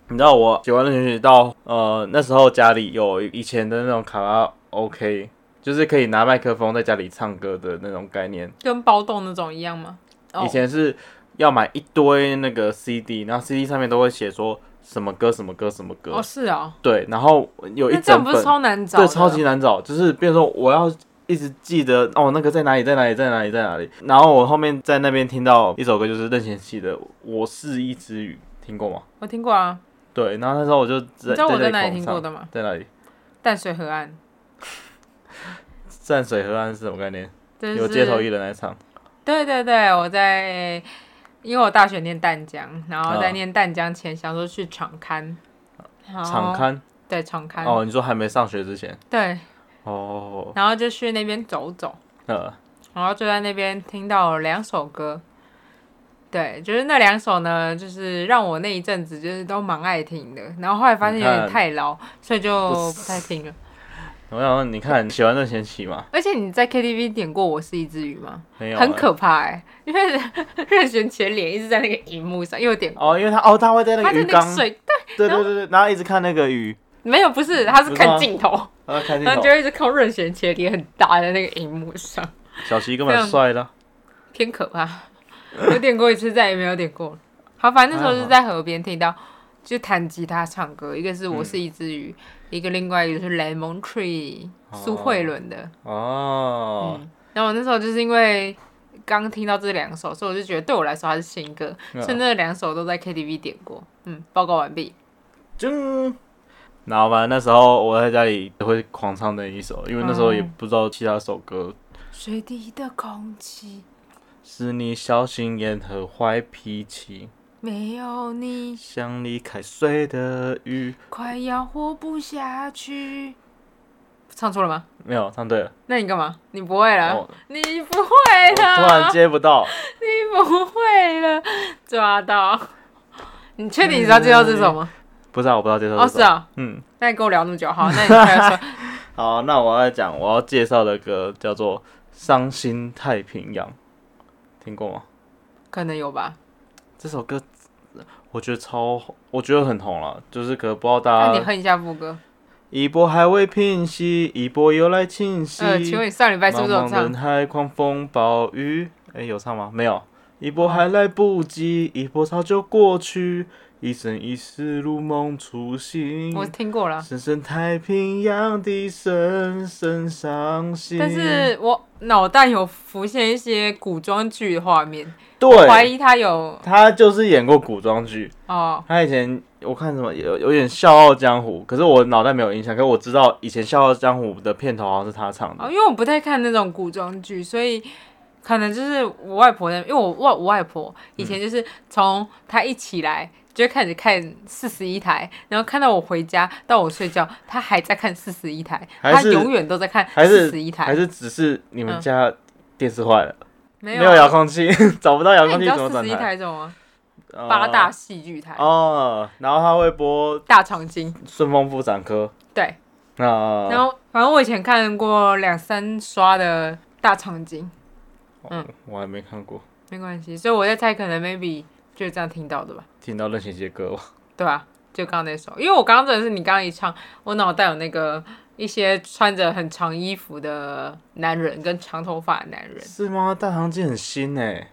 你知道我喜欢任贤齐到呃那时候家里有以前的那种卡拉 OK，就是可以拿麦克风在家里唱歌的那种概念。跟包栋那种一样吗？哦以前是要买一堆那个 CD，然后 CD 上面都会写说什么歌什么歌什么歌，哦，是哦，对，然后有一那这样整不本是，超难找？对，超级。难找，就是变成说我要。一直记得哦，那个在哪里，在哪里，在哪里，在哪里。然后我后面在那边听到一首歌，就是任贤齐的《我是一只鱼》，听过吗？我听过啊，对，然后那时候我就你在知道我在在哪那里里狂听唱过的吗？在哪里？淡水河岸，淡水河岸是什么概念？就是有街头艺人来唱，对对对，我在，因为我大学念淡江，然后啊在念淡江前想说去闯刊，然后场刊对闯刊，哦。你说还没上学之前对，哦，然后就去那边走走，呃，然后就在那边听到了两首歌，对，就是那两首呢，就是让我那一阵子就是都蛮爱听的，然后后来发现有你点看太老，所以就不太听了。我想问，你看你喜欢任贤齐吗？而且你在 KTV 点过《我是一只鱼》吗？没有啊，很可怕哎、因为 任贤齐的脸一直在那个荧幕上，因为我点过，哦，因为他哦，他会在那他个在鱼那缸个，水对对对对，然后一直看那个鱼，没有，不是，他是不是吗看镜头，然后看镜然头后，就一直靠任贤齐的脸很大的那个荧幕上，小齐根非本常帅了，偏可怕。 有点过一次，再也没有点过了。好，反正那时候是在河边听到，就弹吉他唱歌，一个是《我是一只鱼》一个另外一个是《Lemon Tree》，苏慧伦的。哦，嗯，然后我那时候就是因为刚听到这两首，所以我就觉得对我来说它是新歌，嗯所以那两首都在 KTV 点过。嗯，报告完毕。就。然后反嗯正那时候我在家里会狂唱那一首，因为那时候也嗯不知道其他首歌，水滴的空气，是你小心眼和坏脾气，没有你，像离开水的鱼。快要活不下去。唱错了吗？没有唱对了，那你干嘛？你不会了，哦你不会我突然了，接 不到。你不会了，抓到！你确定你知道介绍这首吗？不是啊，我不知道介绍哦，这首。是啊，嗯，那你跟我聊那么久， 好，那你快点说。好，那我要讲我要介绍的歌叫做《伤心太平洋》，听过吗？可能有吧？这首歌我觉得超红，我觉得很红了，就是可能不知道那大你家。哼一下副歌。一波还未平息，一波又来侵袭。呃呃，请问你上礼拜是不茫是有茫唱人？海，狂风暴雨。哎、有唱吗？没有。一波还来不及，一波早就过去，一生一世如梦初醒。我听过了，深深太平洋的深深伤心。但是我脑袋有浮现一些古装剧的画面，对，怀疑他有他就是演过古装剧，哦，他以前我看什么有有点《笑傲江湖》，可是我脑袋没有印象，可是我知道以前《笑傲江湖》的片头好像是他唱哦，的。因为我不太看那种古装剧，所以可能就是我外婆那，因为我外我外婆以嗯前就是从她一起来就开始看四十一台，然后看到我回家到我睡觉，她还在看四十一台，还她是永远都在看还四是十一台，还是只是你们家电视坏了，没没有啊有遥控器， 找不到遥那嗯哎控你器知怎道么四转十一？台是什么吗？呃八大戏剧台、哦，然后他会播《大长今，顺风妇产科》啊对。那然后反正我以前看过两三刷的大长今，嗯我还没看过，没关系，所以我在猜，可能 maybe 就是这样听到的吧。听到任贤齐的歌，对啊，就刚刚那首，因为我刚刚真的是你刚刚一唱，我脑袋有那个一些穿着很长衣服的男人跟长头发的男人是吗？大长今很新哎，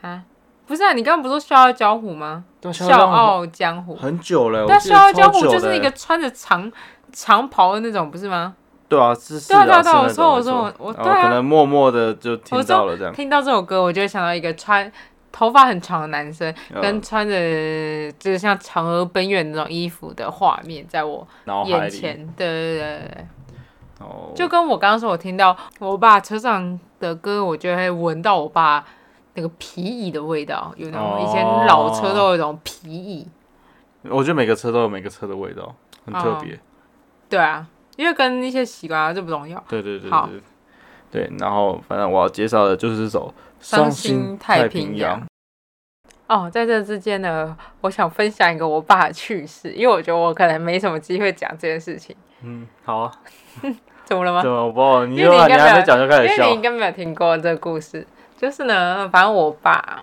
啊，不是啊，你刚刚不是说笑傲江湖吗？对，笑傲傲江湖，很久了，但我记笑得傲超江湖久的就是一个穿着长长袍的那种，不是吗？对啊，是是对啊对啊是对啊那我说种我没说错我我然后对啊可能默默的就听到了这样，听到这首歌，我就会想到一个穿头发很长的男生，跟嗯穿着就是像嫦娥奔月那种衣服的画面，在我脑海眼里，前。对对对对对。哦，就跟我刚刚说，我听到我爸车上的歌，我就会闻到我爸那个皮椅的味道，有那种以前哦老车都有一种皮椅。我觉得每个车都有每个车的味道，很哦特别。对啊，因为跟一些习惯啊，这不重要。对对对好对对，对然后反正我要介绍的就是这首《伤伤心心太太平平洋洋》。哦，在这之间呢，我想分享一个我爸的趣事，因为我觉得我可能没什么机会讲这件事情。嗯，好啊，怎么了吗怎？么不？你啊因为又你应来你该还没没有讲就因为开始你应笑，该没有听过这个故事，就是呢，反正我爸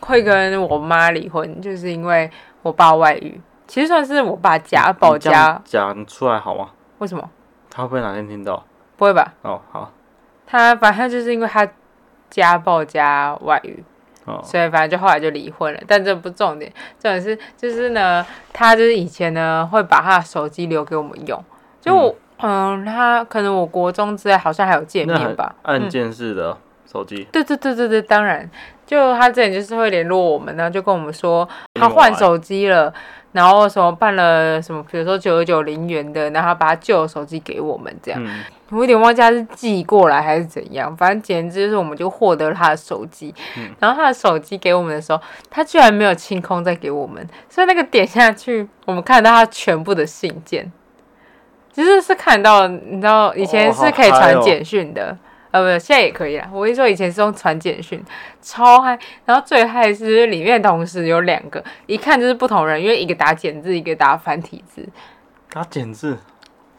会跟我妈离婚，就是因为我爸外遇，其实算是我爸家暴你这样家，讲出来好吗？为什么？他会不会哪天听到？不会吧？哦，好，他反正就是因为他家暴加外遇，哦，所以反正就后来就离婚了。但这不重点，重点是就是呢，他就是以前呢会把他的手机留给我们用，就我嗯他可能我国中之类好像还有见那面吧，按键式的手机，对对对对对，当然，就他之前就是会联络我们，然后就跟我们说他因为我换爱手机了，然后什么办了什么，比如说九九九零元的，然后他把他旧的手机给我们这样，嗯，我有点忘记他是寄过来还是怎样，反正简直就是我们就获得了他的手机，嗯然后他的手机给我们的时候，他居然没有清空再给我们，所以那个点下去，我们看得到他全部的信件，其实是看到，你知道以前哦好是可以嗨传哦简讯的，呃，不，现在也可以啦。我跟你说，以前是用传简讯，超嗨，然后最嗨的是里面同时有两个，一看就是不同人，因为一个打简字，一个打繁体字，他简直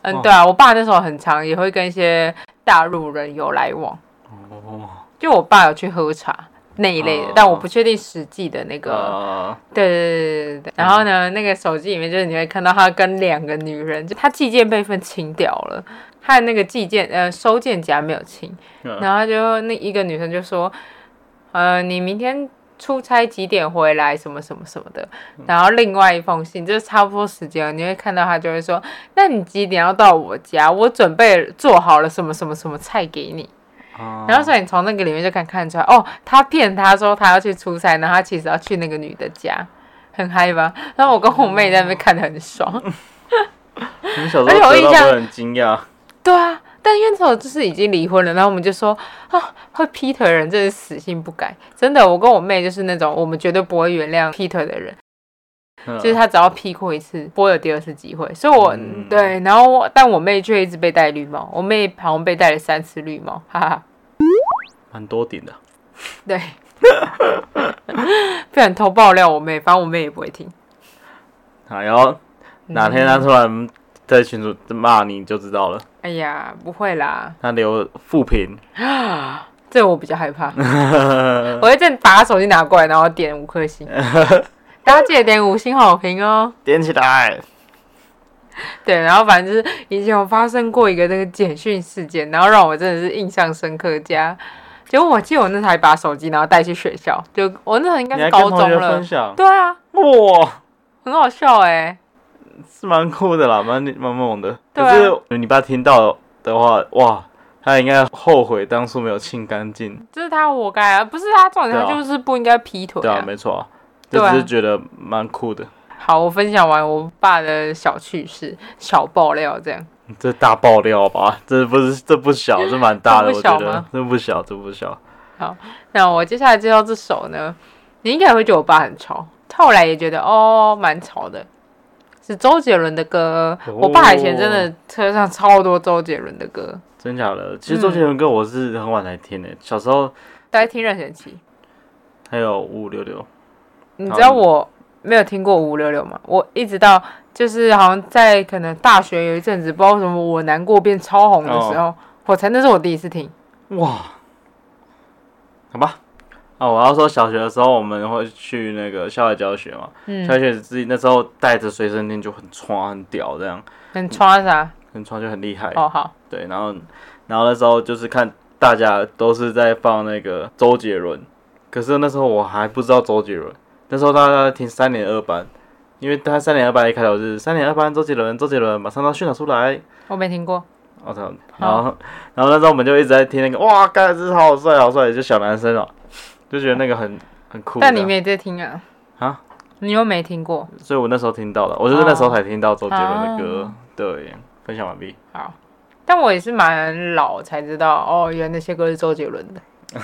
嗯，哇对啊，我爸那时候很常也会跟一些大陆人有来往，哦，就我爸有去喝茶那一类的，哦但我不确定实际的那个。呃，对对对对对。然后呢，那个手机里面就是你会看到他跟两个女人，就他寄件备份清掉了，他的那个寄件呃收件夹没有清，嗯然后就那一个女生就说，呃，你明天。出差几点回来？什么什么什么的，然后另外一封信就是差不多时间了，你会看到他就会说：“那你几点要到我家？我准备做好了什么什么什么菜给你。”啊哦然后所以你从那个里面就可以看出来，哦，他骗他说他要去出差，然后他其实要去那个女的家，很嗨吧？然后我跟我妹在那边看得很爽。你小而时且我候印得到象会很惊讶，对啊，但因为那时候就是已经离婚了，然后我们就说啊，会劈腿的人真是死性不改，真的，我跟我妹就是那种我们绝对不会原谅劈腿的人，嗯就是她只要劈过一次，不会有第二次机会。所以我，嗯对，然后我但我妹却一直被戴绿帽，我妹好像被戴了三次绿帽，哈哈。蛮多顶的。对， 不然偷爆料我妹，反正我妹也不会听。嗯哎呦，哪天他突然在群主骂你就知道了，哎呀，不会啦，他留负评， 这我比较害怕。我会正把她手机拿过来，然后点五颗 星。大家记得点五星好评哦。点起来。对，然后反正就是以前有发生过一个那个简讯事件，然后让我真的是印象深刻加结果我记得我那时候还把手机然后带去学校，就我那时候应该你是还高跟同中学了分。享，对啊，哇，很好笑哎、是蛮酷的啦，蛮蛮猛的。对可啊是你爸听到的话，哇，他应该后悔当初没有清干净。这是他活该啊，不是他重点，对啊他就是不应该劈腿对啊啊，。没错啊，对就啊只是觉得蛮酷的。好，我分享完我爸的小趣事、小爆料，这样这大爆料吧，这不是这不 小，这蛮大的，这不我觉小得吗这不小，这不小。那我接下来介绍这首呢，你应该也会觉得我爸很吵，后来也觉得哦蛮吵的，是周杰伦的歌。哦我爸以前真的车上超多周杰伦的歌，真假的？其实周杰伦歌我是很晚才听的，小时候大家听任贤齐。还有五五六六，你知道我没有听过五六六吗？我一直到就是好像在可能大学有一阵子，不知道为什么我难过变超红的时候，我才那是我第一次听。哇，好吧。啊，我要说小学的时候我们会去那个校外教学嘛，校嗯，外教学自己那时候带着随身听就很穿很屌这样，很穿啥？很穿就很厉害。哦，好，对，然后然后那时候就是看大家都是在放那个周杰伦，可是那时候我还不知道周杰伦，那时候大家在听三年二班，因为他三年二班一开头是三年二班周杰伦，周杰伦马上要训导出来，我没听过。我操，然后然后那时候我们就一直在听那个哇，盖子好帅好帅，就小男生哦，就觉得那个很很酷，但你没在听啊？啊？你又没听过？所以我那时候听到的，我就是那时候才听到周杰伦的歌，哦对，分享完毕。好，但我也是蛮老才知道哦，原来那些歌是周杰伦的。 因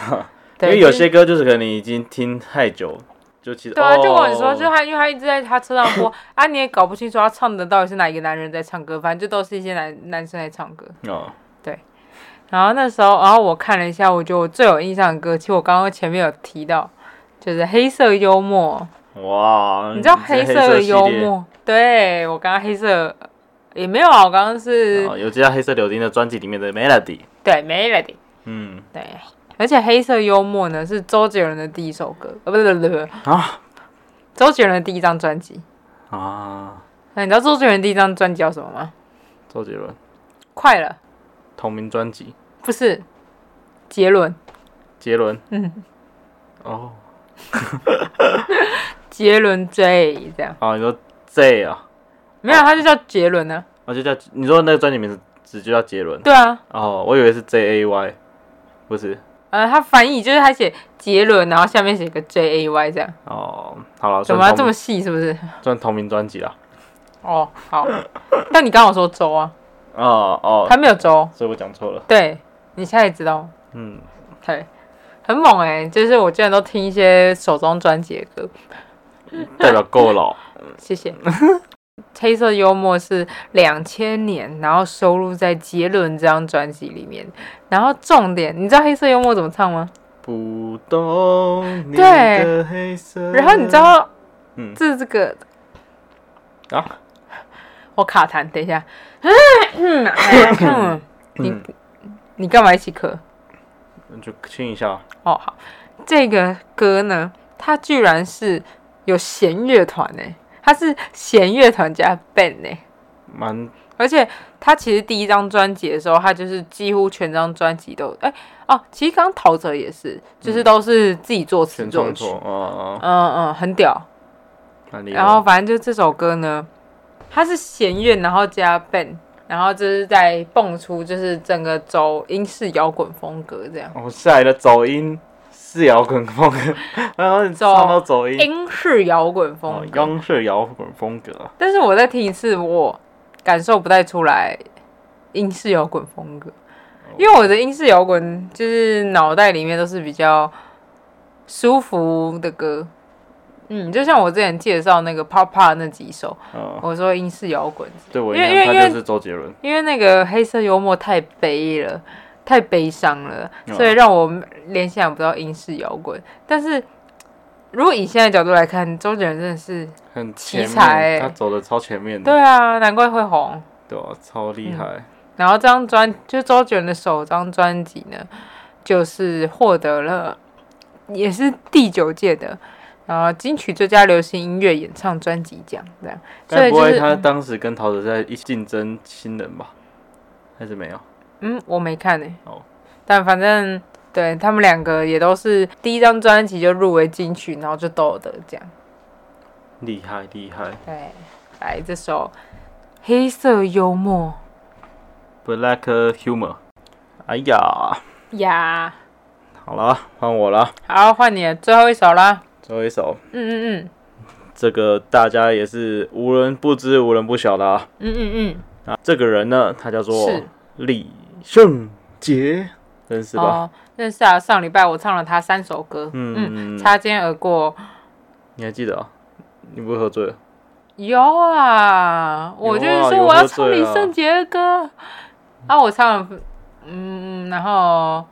对为有就是些歌就是可能你已经听太久，就其实对啊，就我哦说，就他，因为他一直在他车上播啊，你也搞不清楚他唱的到底是哪一个男人在唱歌，反正就都是一些男男生在唱歌。哦，然后那时候，然后我看了一下，我觉得我最有印象的歌，其实我刚刚前面有提到，就是《黑色幽默哇，》。你知道《这黑嗯黑色系幽列，哦默》？对我刚刚黑色也没有啊，我刚刚是、哦有这张黑色柳丁的专辑里面的 Melody，对 Melody 嗯对，而且《黑色幽默》呢是周杰伦的第一首歌，呃，不是不是不是，啊周杰伦的第一张专辑。啊，那你知道周杰伦第一张专辑叫什么吗？周杰伦快了，同名专辑，不是杰伦，杰伦，嗯，哦，杰伦 J 这样，啊，你说 J 啊，没有，他就叫杰伦呢、我就叫你说那个专辑名字只就叫杰伦，对啊，哦，我以为是 J A Y，不是，呃，他翻译就是他写杰伦，然后下面写个 J A Y 这样，哦，好了，怎算么啊同这么细？是不是？算同名专辑啦，哦，好。 但你刚刚有说周啊，哦哦，他没有周，所以我讲错了，对你现在也知道，嗯，对，很猛哎、就是我居然都听一些手中专辑的歌，代表够 老，谢谢。黑色幽默是两千年，然后收录在杰伦这张专辑里面。然后重点，你知道黑色幽默怎么唱吗？不懂你对的黑色，然后你知道，嗯这这个啊， 我卡痰，等一下， 嗯，你嗯你干嘛一起咳？就亲一下，哦，好，这个歌呢，它居然是有弦乐团呢，它是弦乐团加 band 欸呢，蛮而且它其实第一张专辑的时候，它就是几乎全张专辑都，哎、哦，其实刚刚陶喆也是，就是都是自己作词全作创曲，作，哦哦，嗯嗯，很屌。蛮厉害。然后反正就这首歌呢，它是弦乐，然后加 band，然后就是在蹦出就是整个走英式摇滚风格这样。我下来的走音是摇滚风格，然后你走唱到走音，英式摇滚哦风，格，央视摇滚风格，哦但是我再听一次，我感受不太出来英式摇滚风格，因为我的英式摇滚就是脑袋里面都是比较舒服的歌，嗯，就像我之前介绍那个 Pop Pop 那几首，嗯，我说英式摇滚，对我哦因印为因象为他就是周杰伦，因为那个黑色幽默太悲了，太悲伤了，嗯所以让我联想不到英式摇滚。但是如果以现在角度来看，周杰伦真的是很奇前面，才他走的超前面的，对啊，难怪会红。对啊，超厉嗯害，然后这张专就周杰伦的首张专辑呢，就是获得了也是第九届的。然后金曲最佳流行音乐演唱专辑奖，这样，所该以不就会是，他当时跟陶喆在一起竞争新人吧？还是没有？嗯，我没看呢、哦但反正对他们两个也都是第一张专辑就入围金曲，然后就都有得奖。厉害厉害对，来这首《黑色幽默，Black Humor。哎呀，》呀。好啦，换我啦，好，换你了最后一首啦。最后一首，嗯嗯这个大家也是无人不知无人不晓的啊。嗯嗯嗯啊，这个人呢，他叫做是李圣杰，认嗯，识吧？哦，认识啊。上礼拜我唱了他三首歌，嗯嗯，擦肩而过。你还记得啊？你不会喝醉了？有啊，我就是有啊说有我要喝唱醉李啊圣杰的歌，啊，我唱了，嗯，然后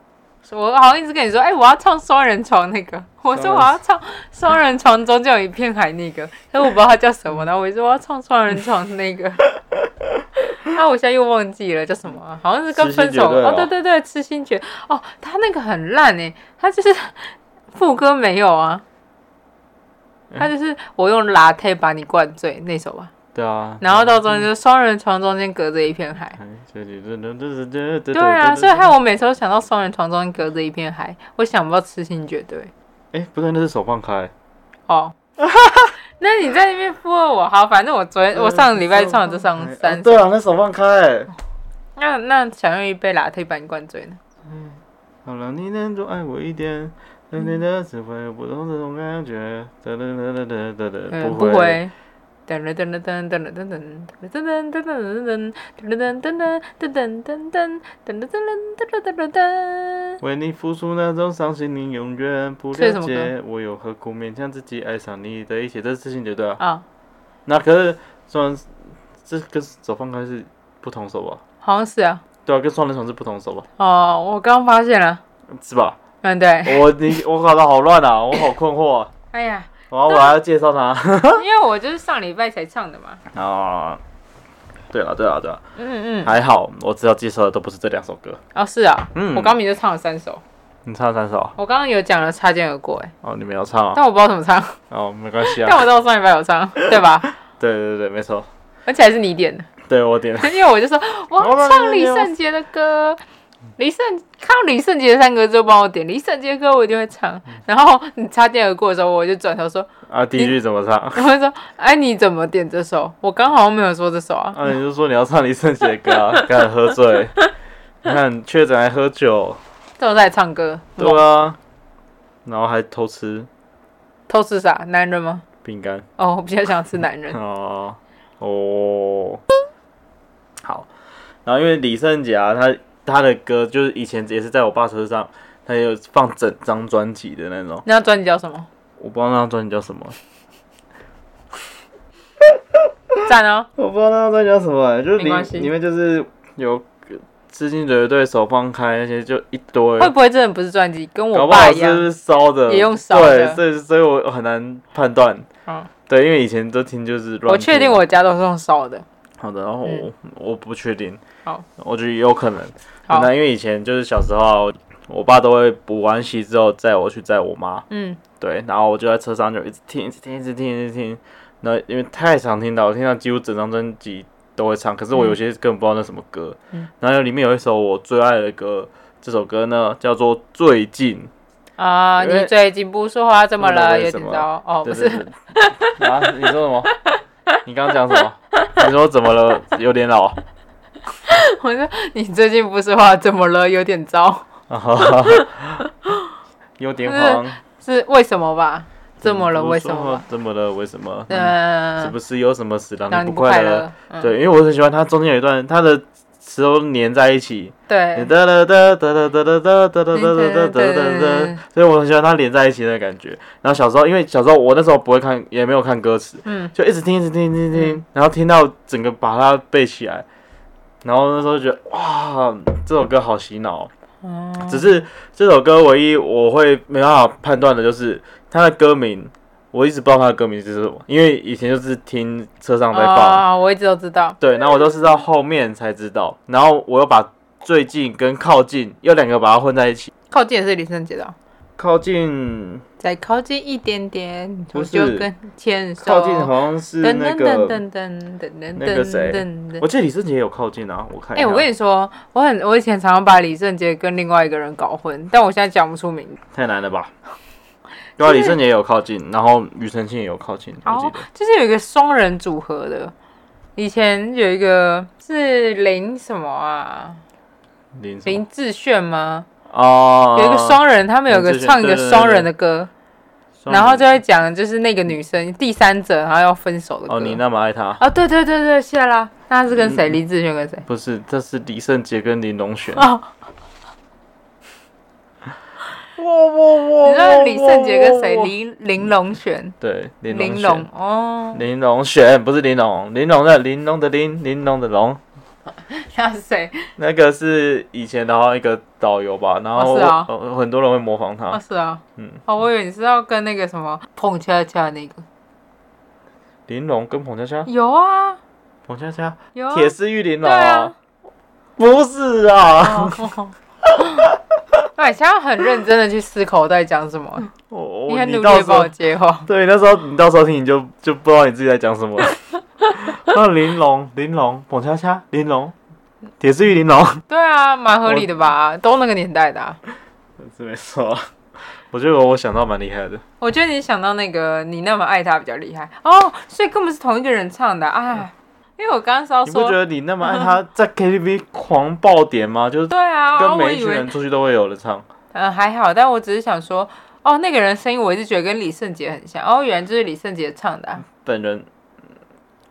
我好像一直跟你说，哎、我要唱双人床那个，我说我要唱双人床中间有一片海那个，但我不知道它叫什么，然后我就说我要唱双人床那 个，啊，我现在又忘记了叫什么啊，好像是跟痴心分手绝对哦哦，对对对，痴心绝哦，他那个很烂哎、他就是副歌没有啊。他就是我用 latte 把你灌醉那首吧，对啊。然后到中间就双人床中间隔着一片海。哎这里这这这这这对啊，所以害我每次都想到双人床中间隔着一片海，我想不到痴心绝对。哎，不对，那是手放开。 哦，那你在那边附和我，好，反正我昨天我上礼拜唱的这上哦三首，对啊，那手放开。那那想用一杯 latte 把你灌醉呢？好了，你能多爱我一点，嗯等你的智慧，不懂这种感觉。哒哒哒哒哒哒哒，嗯，不不会。会。噔噔噔噔噔噔噔噔噔噔噔噔噔噔噔噔噔噔噔噔噔噔噔噔噔噔噔噔噔噔。为你付出那种伤心，你永远不这是什了么解。我又何苦勉强自己爱上你的一切？这事情绝对啊。啊，那可是，虽然这跟手放开是不同手吧？好像是啊。对啊，跟双人床是不同手吧？哦，我刚发现了，是吧？嗯，对，我你我搞得好乱啊，我好困惑、啊。哎呀，然后我还要介绍他 因为我就是上礼拜才唱的嘛，哦啊。对了，对了，对了，嗯嗯，还好，我知道介绍的都不是这两首歌。哦是啊，嗯我刚明就唱了三首，你唱了三首啊我刚刚有讲了擦肩而过，哎，哦，你没有唱啊？但我不知道怎么唱，哦，没关系 但啊。我知道我上礼拜有唱，对吧？对对对，没错，而且还是你点的，对我点。 因为我就说我要唱李圣杰的歌。李圣看到李圣杰的三个字就帮我点李圣杰的歌，我一定会唱。嗯然后你擦肩而过的时候，我就转头说 ？啊，第一句怎么唱：“我会说，哎，你怎么点这首？我刚好没有说这首啊。啊，你就说你要唱李圣杰的歌啊，刚才喝醉，你看确诊还喝酒，”这我在唱歌，对啊，然后还偷吃偷吃啥？男人吗？饼干，哦，我比较想吃男人。哦哦，好，然后因为李圣杰啊，他他的歌就是以前也是在我爸车上，他也有放整张专辑的那种，那张专辑叫什么？我不知道那张专辑叫什么，赞哦！我不知道那张专辑叫什么、欸就是没里关系里面就是有痴心绝对手放开那些就一堆，会不会真的不是专辑？跟搞我不爸好一样？是烧的，也用烧的对，所以所以我很难判断。嗯，对，因为以前都听就是乱。我确定我家都是用烧的。好的，然后我、我不确定。好，我觉得有可能。好，那因为以前就是小时候啊，我我爸都会补完习之后载我去载我妈，嗯，对，然后我就在车上就一直听，一直听，一直听，一直听。那因为太常听到，我听到几乎整张专辑都会唱，可是我有些根本不知道那什么歌。嗯然后里面有一首我最爱的歌，这首歌呢叫做《最近》。啊、因为你最近不说话怎么了？有为什点么糟哦，不对是对对啊？你说什么？你刚刚讲什么？你说怎么了？有点老。 我说你最近不说话怎么了？有点糟，有点慌。是为什么吧？怎么了？嗯不为说什么吧？怎么了？为什么？是嗯，不是有什么事让让你你不不快乐？乐？嗯对，因为我很喜欢它中间有一段，它的词都粘在一起。哒对，哒哒哒哒哒哒哒哒哒哒哒哒哒，所以我很喜欢它连在一起的感觉。然后小时候，因为小时候我那时候不会看，也没有看歌词，嗯，就一直听，一直听，听听，然后听到整个把它背起来，然后那时候就觉得哇，这首歌好洗脑哦。哦，只是这首歌唯一我会没办法判断的就是它的歌名，我一直不知道它的歌名是什么，因为以前就是听车上在放，哦，我一直都知道，对，然后我都是到后面才知道，然后我又把最近跟靠近又两个把它混在一起，靠近也是李圣杰的哦，靠近再靠近一点点，不我是就跟牵手。靠近好像是噔那噔噔个，噔噔噔噔那个噔谁噔我噔。记得李圣杰也有靠近啊，我看一哎、下。我跟你说，我很我以前常常把李圣杰跟另外一个人搞混，但我现在讲不出名字。太难 了吧？对啊，李圣杰也有靠近，然后庾澄庆也有靠近，我记哦得。，就是有一个双人组合的，以前有一个是林什么啊，林什么林志炫吗？哦，有一个双人，他们有个林志炫唱一个对对对双人的歌，双然后人就会讲就是那个女生第三者，然后要分手的歌。哦，你那么嗯爱他，哦，对对对对，谢啦。那他是跟谁？林志炫跟谁？不是，这是李圣杰跟林 龙璇。哦，哇哇哇你知道李圣杰跟谁？？林林龙璇，对，哦林林龙璇。哦，林龙璇不是林龙，林龙的林龙的林，林龙的龙，那是谁？那个是以前的话一个导游吧，然后哦是啊我呃很多人会模仿哦，他，是啊，嗯，哦，我以为你是要跟那个什么碰恰恰那个，林龙跟彭佳佳，有啊，彭佳佳，有啊，铁丝玉玲珑对啊，不是啊，哦 那哎你现在很认真的去思考我在讲什么，我你嗯我很努你力到地时帮候我接 话。对那时候你到时候听你就就不知道你自己在讲 什么了。那玲珑玲珑彭恰恰玲珑铁丝玉玲珑，对啊，蛮合理的吧？都那个年代的啊、 是没错啊。我觉得我想到蛮厉害的，我觉得你想到那个你那么爱他比较厉害哦，所以根本是同一个人唱的啊。因为我刚刚是要嗯你不觉说，得你那么 爱他在 KTV 狂爆点吗？就是对啊，然后跟我每一以群为人出去都会有人唱。嗯，还好，但我只是想说，哦，那个人声音我一直觉得跟李圣杰很像，哦，原来就是李圣杰唱的啊、本人，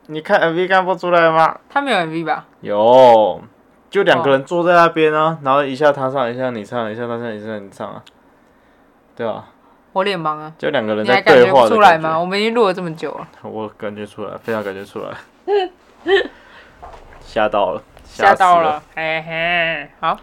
你看 MV 看不出来吗？他没有 MV 吧？有，就两个哦人坐在那边啊，然后一下他唱，一下你唱，一下他唱，一下你唱啊，对啊，我脸盲啊，就两个人你在还感对觉话不的出来吗？我们已经录了这么久了，感觉？ 我感觉出来，非常感觉出来，吓到了，吓死到了。了，嘿嘿，好，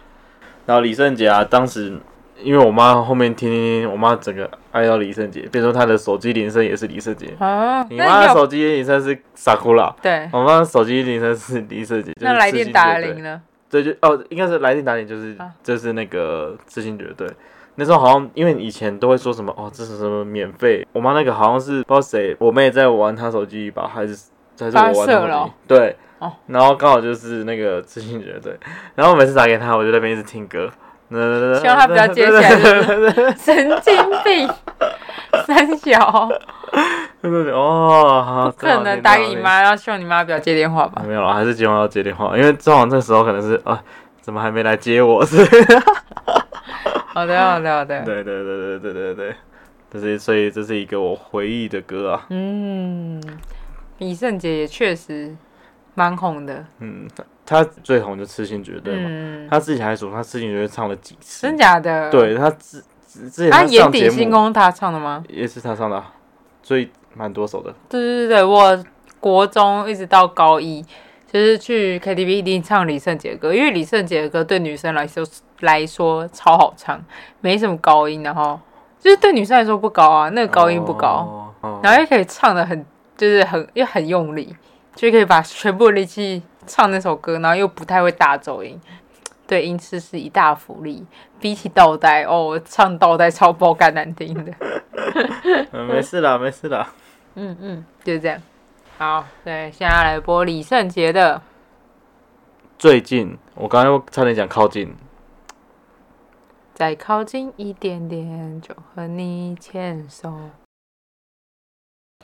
然后李圣杰啊，当时因为我妈后面听听听，我妈整个爱到李圣杰，变成她的手机铃声也是李圣杰。啊，你那你妈的有手机铃声是傻哭了，对，我妈的手机铃声是李圣杰。那来电打铃了，呢？ 对，就哦，应该是来电打铃，就是、啊就是那个知心绝对。那时候好像因为以前都会说什么哦，这是什么免费，我妈那个好像是不知道谁，我妹在玩她手机吧，还是还是我玩她发射了手哦机，对，哦然后刚好就是那个知心绝对，然后我每次打给她，我就在那边一直听歌，希希望她不要接 起来神经病，三 小，对对对，哦，好不可能打给你。妈，然后希望你妈不要接电话刚好听到吧你？没有了，还是今晚要接电话，因为正好那时候可能是啊，怎么还没来接我？是，好 的，好的，好的，对对对对对对对，这是所以这是一个我回忆的歌啊，嗯，李圣杰也确实蛮红的，嗯，他最红就《痴心绝对》嘛，嗯，他自己还说他《痴心绝对》唱了几次真，假的？。对他之之之前啊，他眼上底节星目空他唱的吗？也是他唱的啊，所以蛮多首的，对对对对，我国中一直到高一，就是去 KTV 一定唱李圣杰的歌，因为李圣杰的歌对女生来说来说超好唱，没什么高音，然后就是对女生来说不高啊，那个高嗯音不高，哦，哦然后又可以唱的很就是很又很用力，就可以把全部的力气唱那首歌，然后又不太会打走音。对音痴是一大福利，比起倒带哦，我唱倒带超爆肝难听的。嗯没事啦，没事啦。嗯，嗯，就这样。好，对，现在来播李圣杰的最近我刚刚又差点讲靠近， 《再靠近一点点就和你牵手》。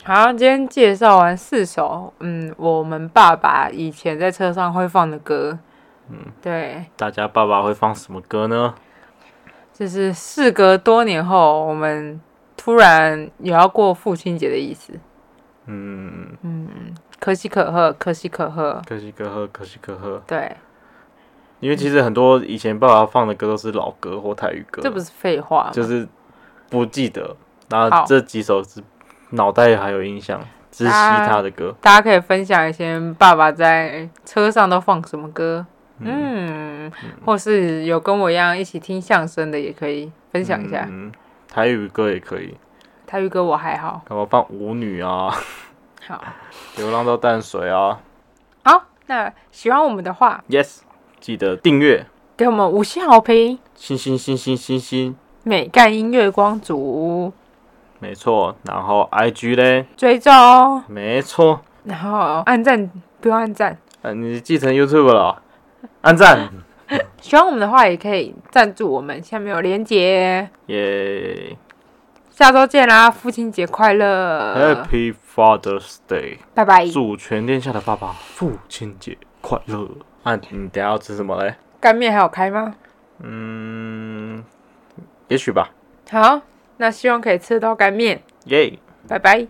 好，今天介绍完四首，嗯，我们爸爸以前在车上会放的歌，嗯，对，大家爸爸会放什么歌呢？就是事隔多年后，我们突然也要过父亲节的意思，嗯，嗯，可喜可贺，可喜可贺，可喜可贺，可喜可贺。对，因为其实很多以前爸爸放的歌都是老歌或台语歌，这不是废话吗？就是不记得。然后好这几首是脑袋还有印象，只是其他的歌。大家可以分享一些爸爸在车上都放什么歌，嗯，或是有跟我一样一起听相声的也可以分享一下。嗯，台语歌也可以，台语歌我还好，干嘛放舞女啊，好， 流浪到淡水啊。好，那喜欢我们的话， Yes，记得订阅，给我们五星好评，星星星星星星，美干音乐光族没错。然后 IG 嘞，追踪，哦没错。然后按赞，不要按赞。呃，你继承 YouTube 了哦，按赞，喜欢我们的话，也可以赞助我们，下面有连结。耶下周见啦，父亲节快乐， ！Happy Father's Day，拜拜。祝全天下的爸爸父亲节快乐。啊，你等一下要吃什么嘞？干面还有开吗？嗯，也许吧。好，那希望可以吃到干面，耶、拜拜。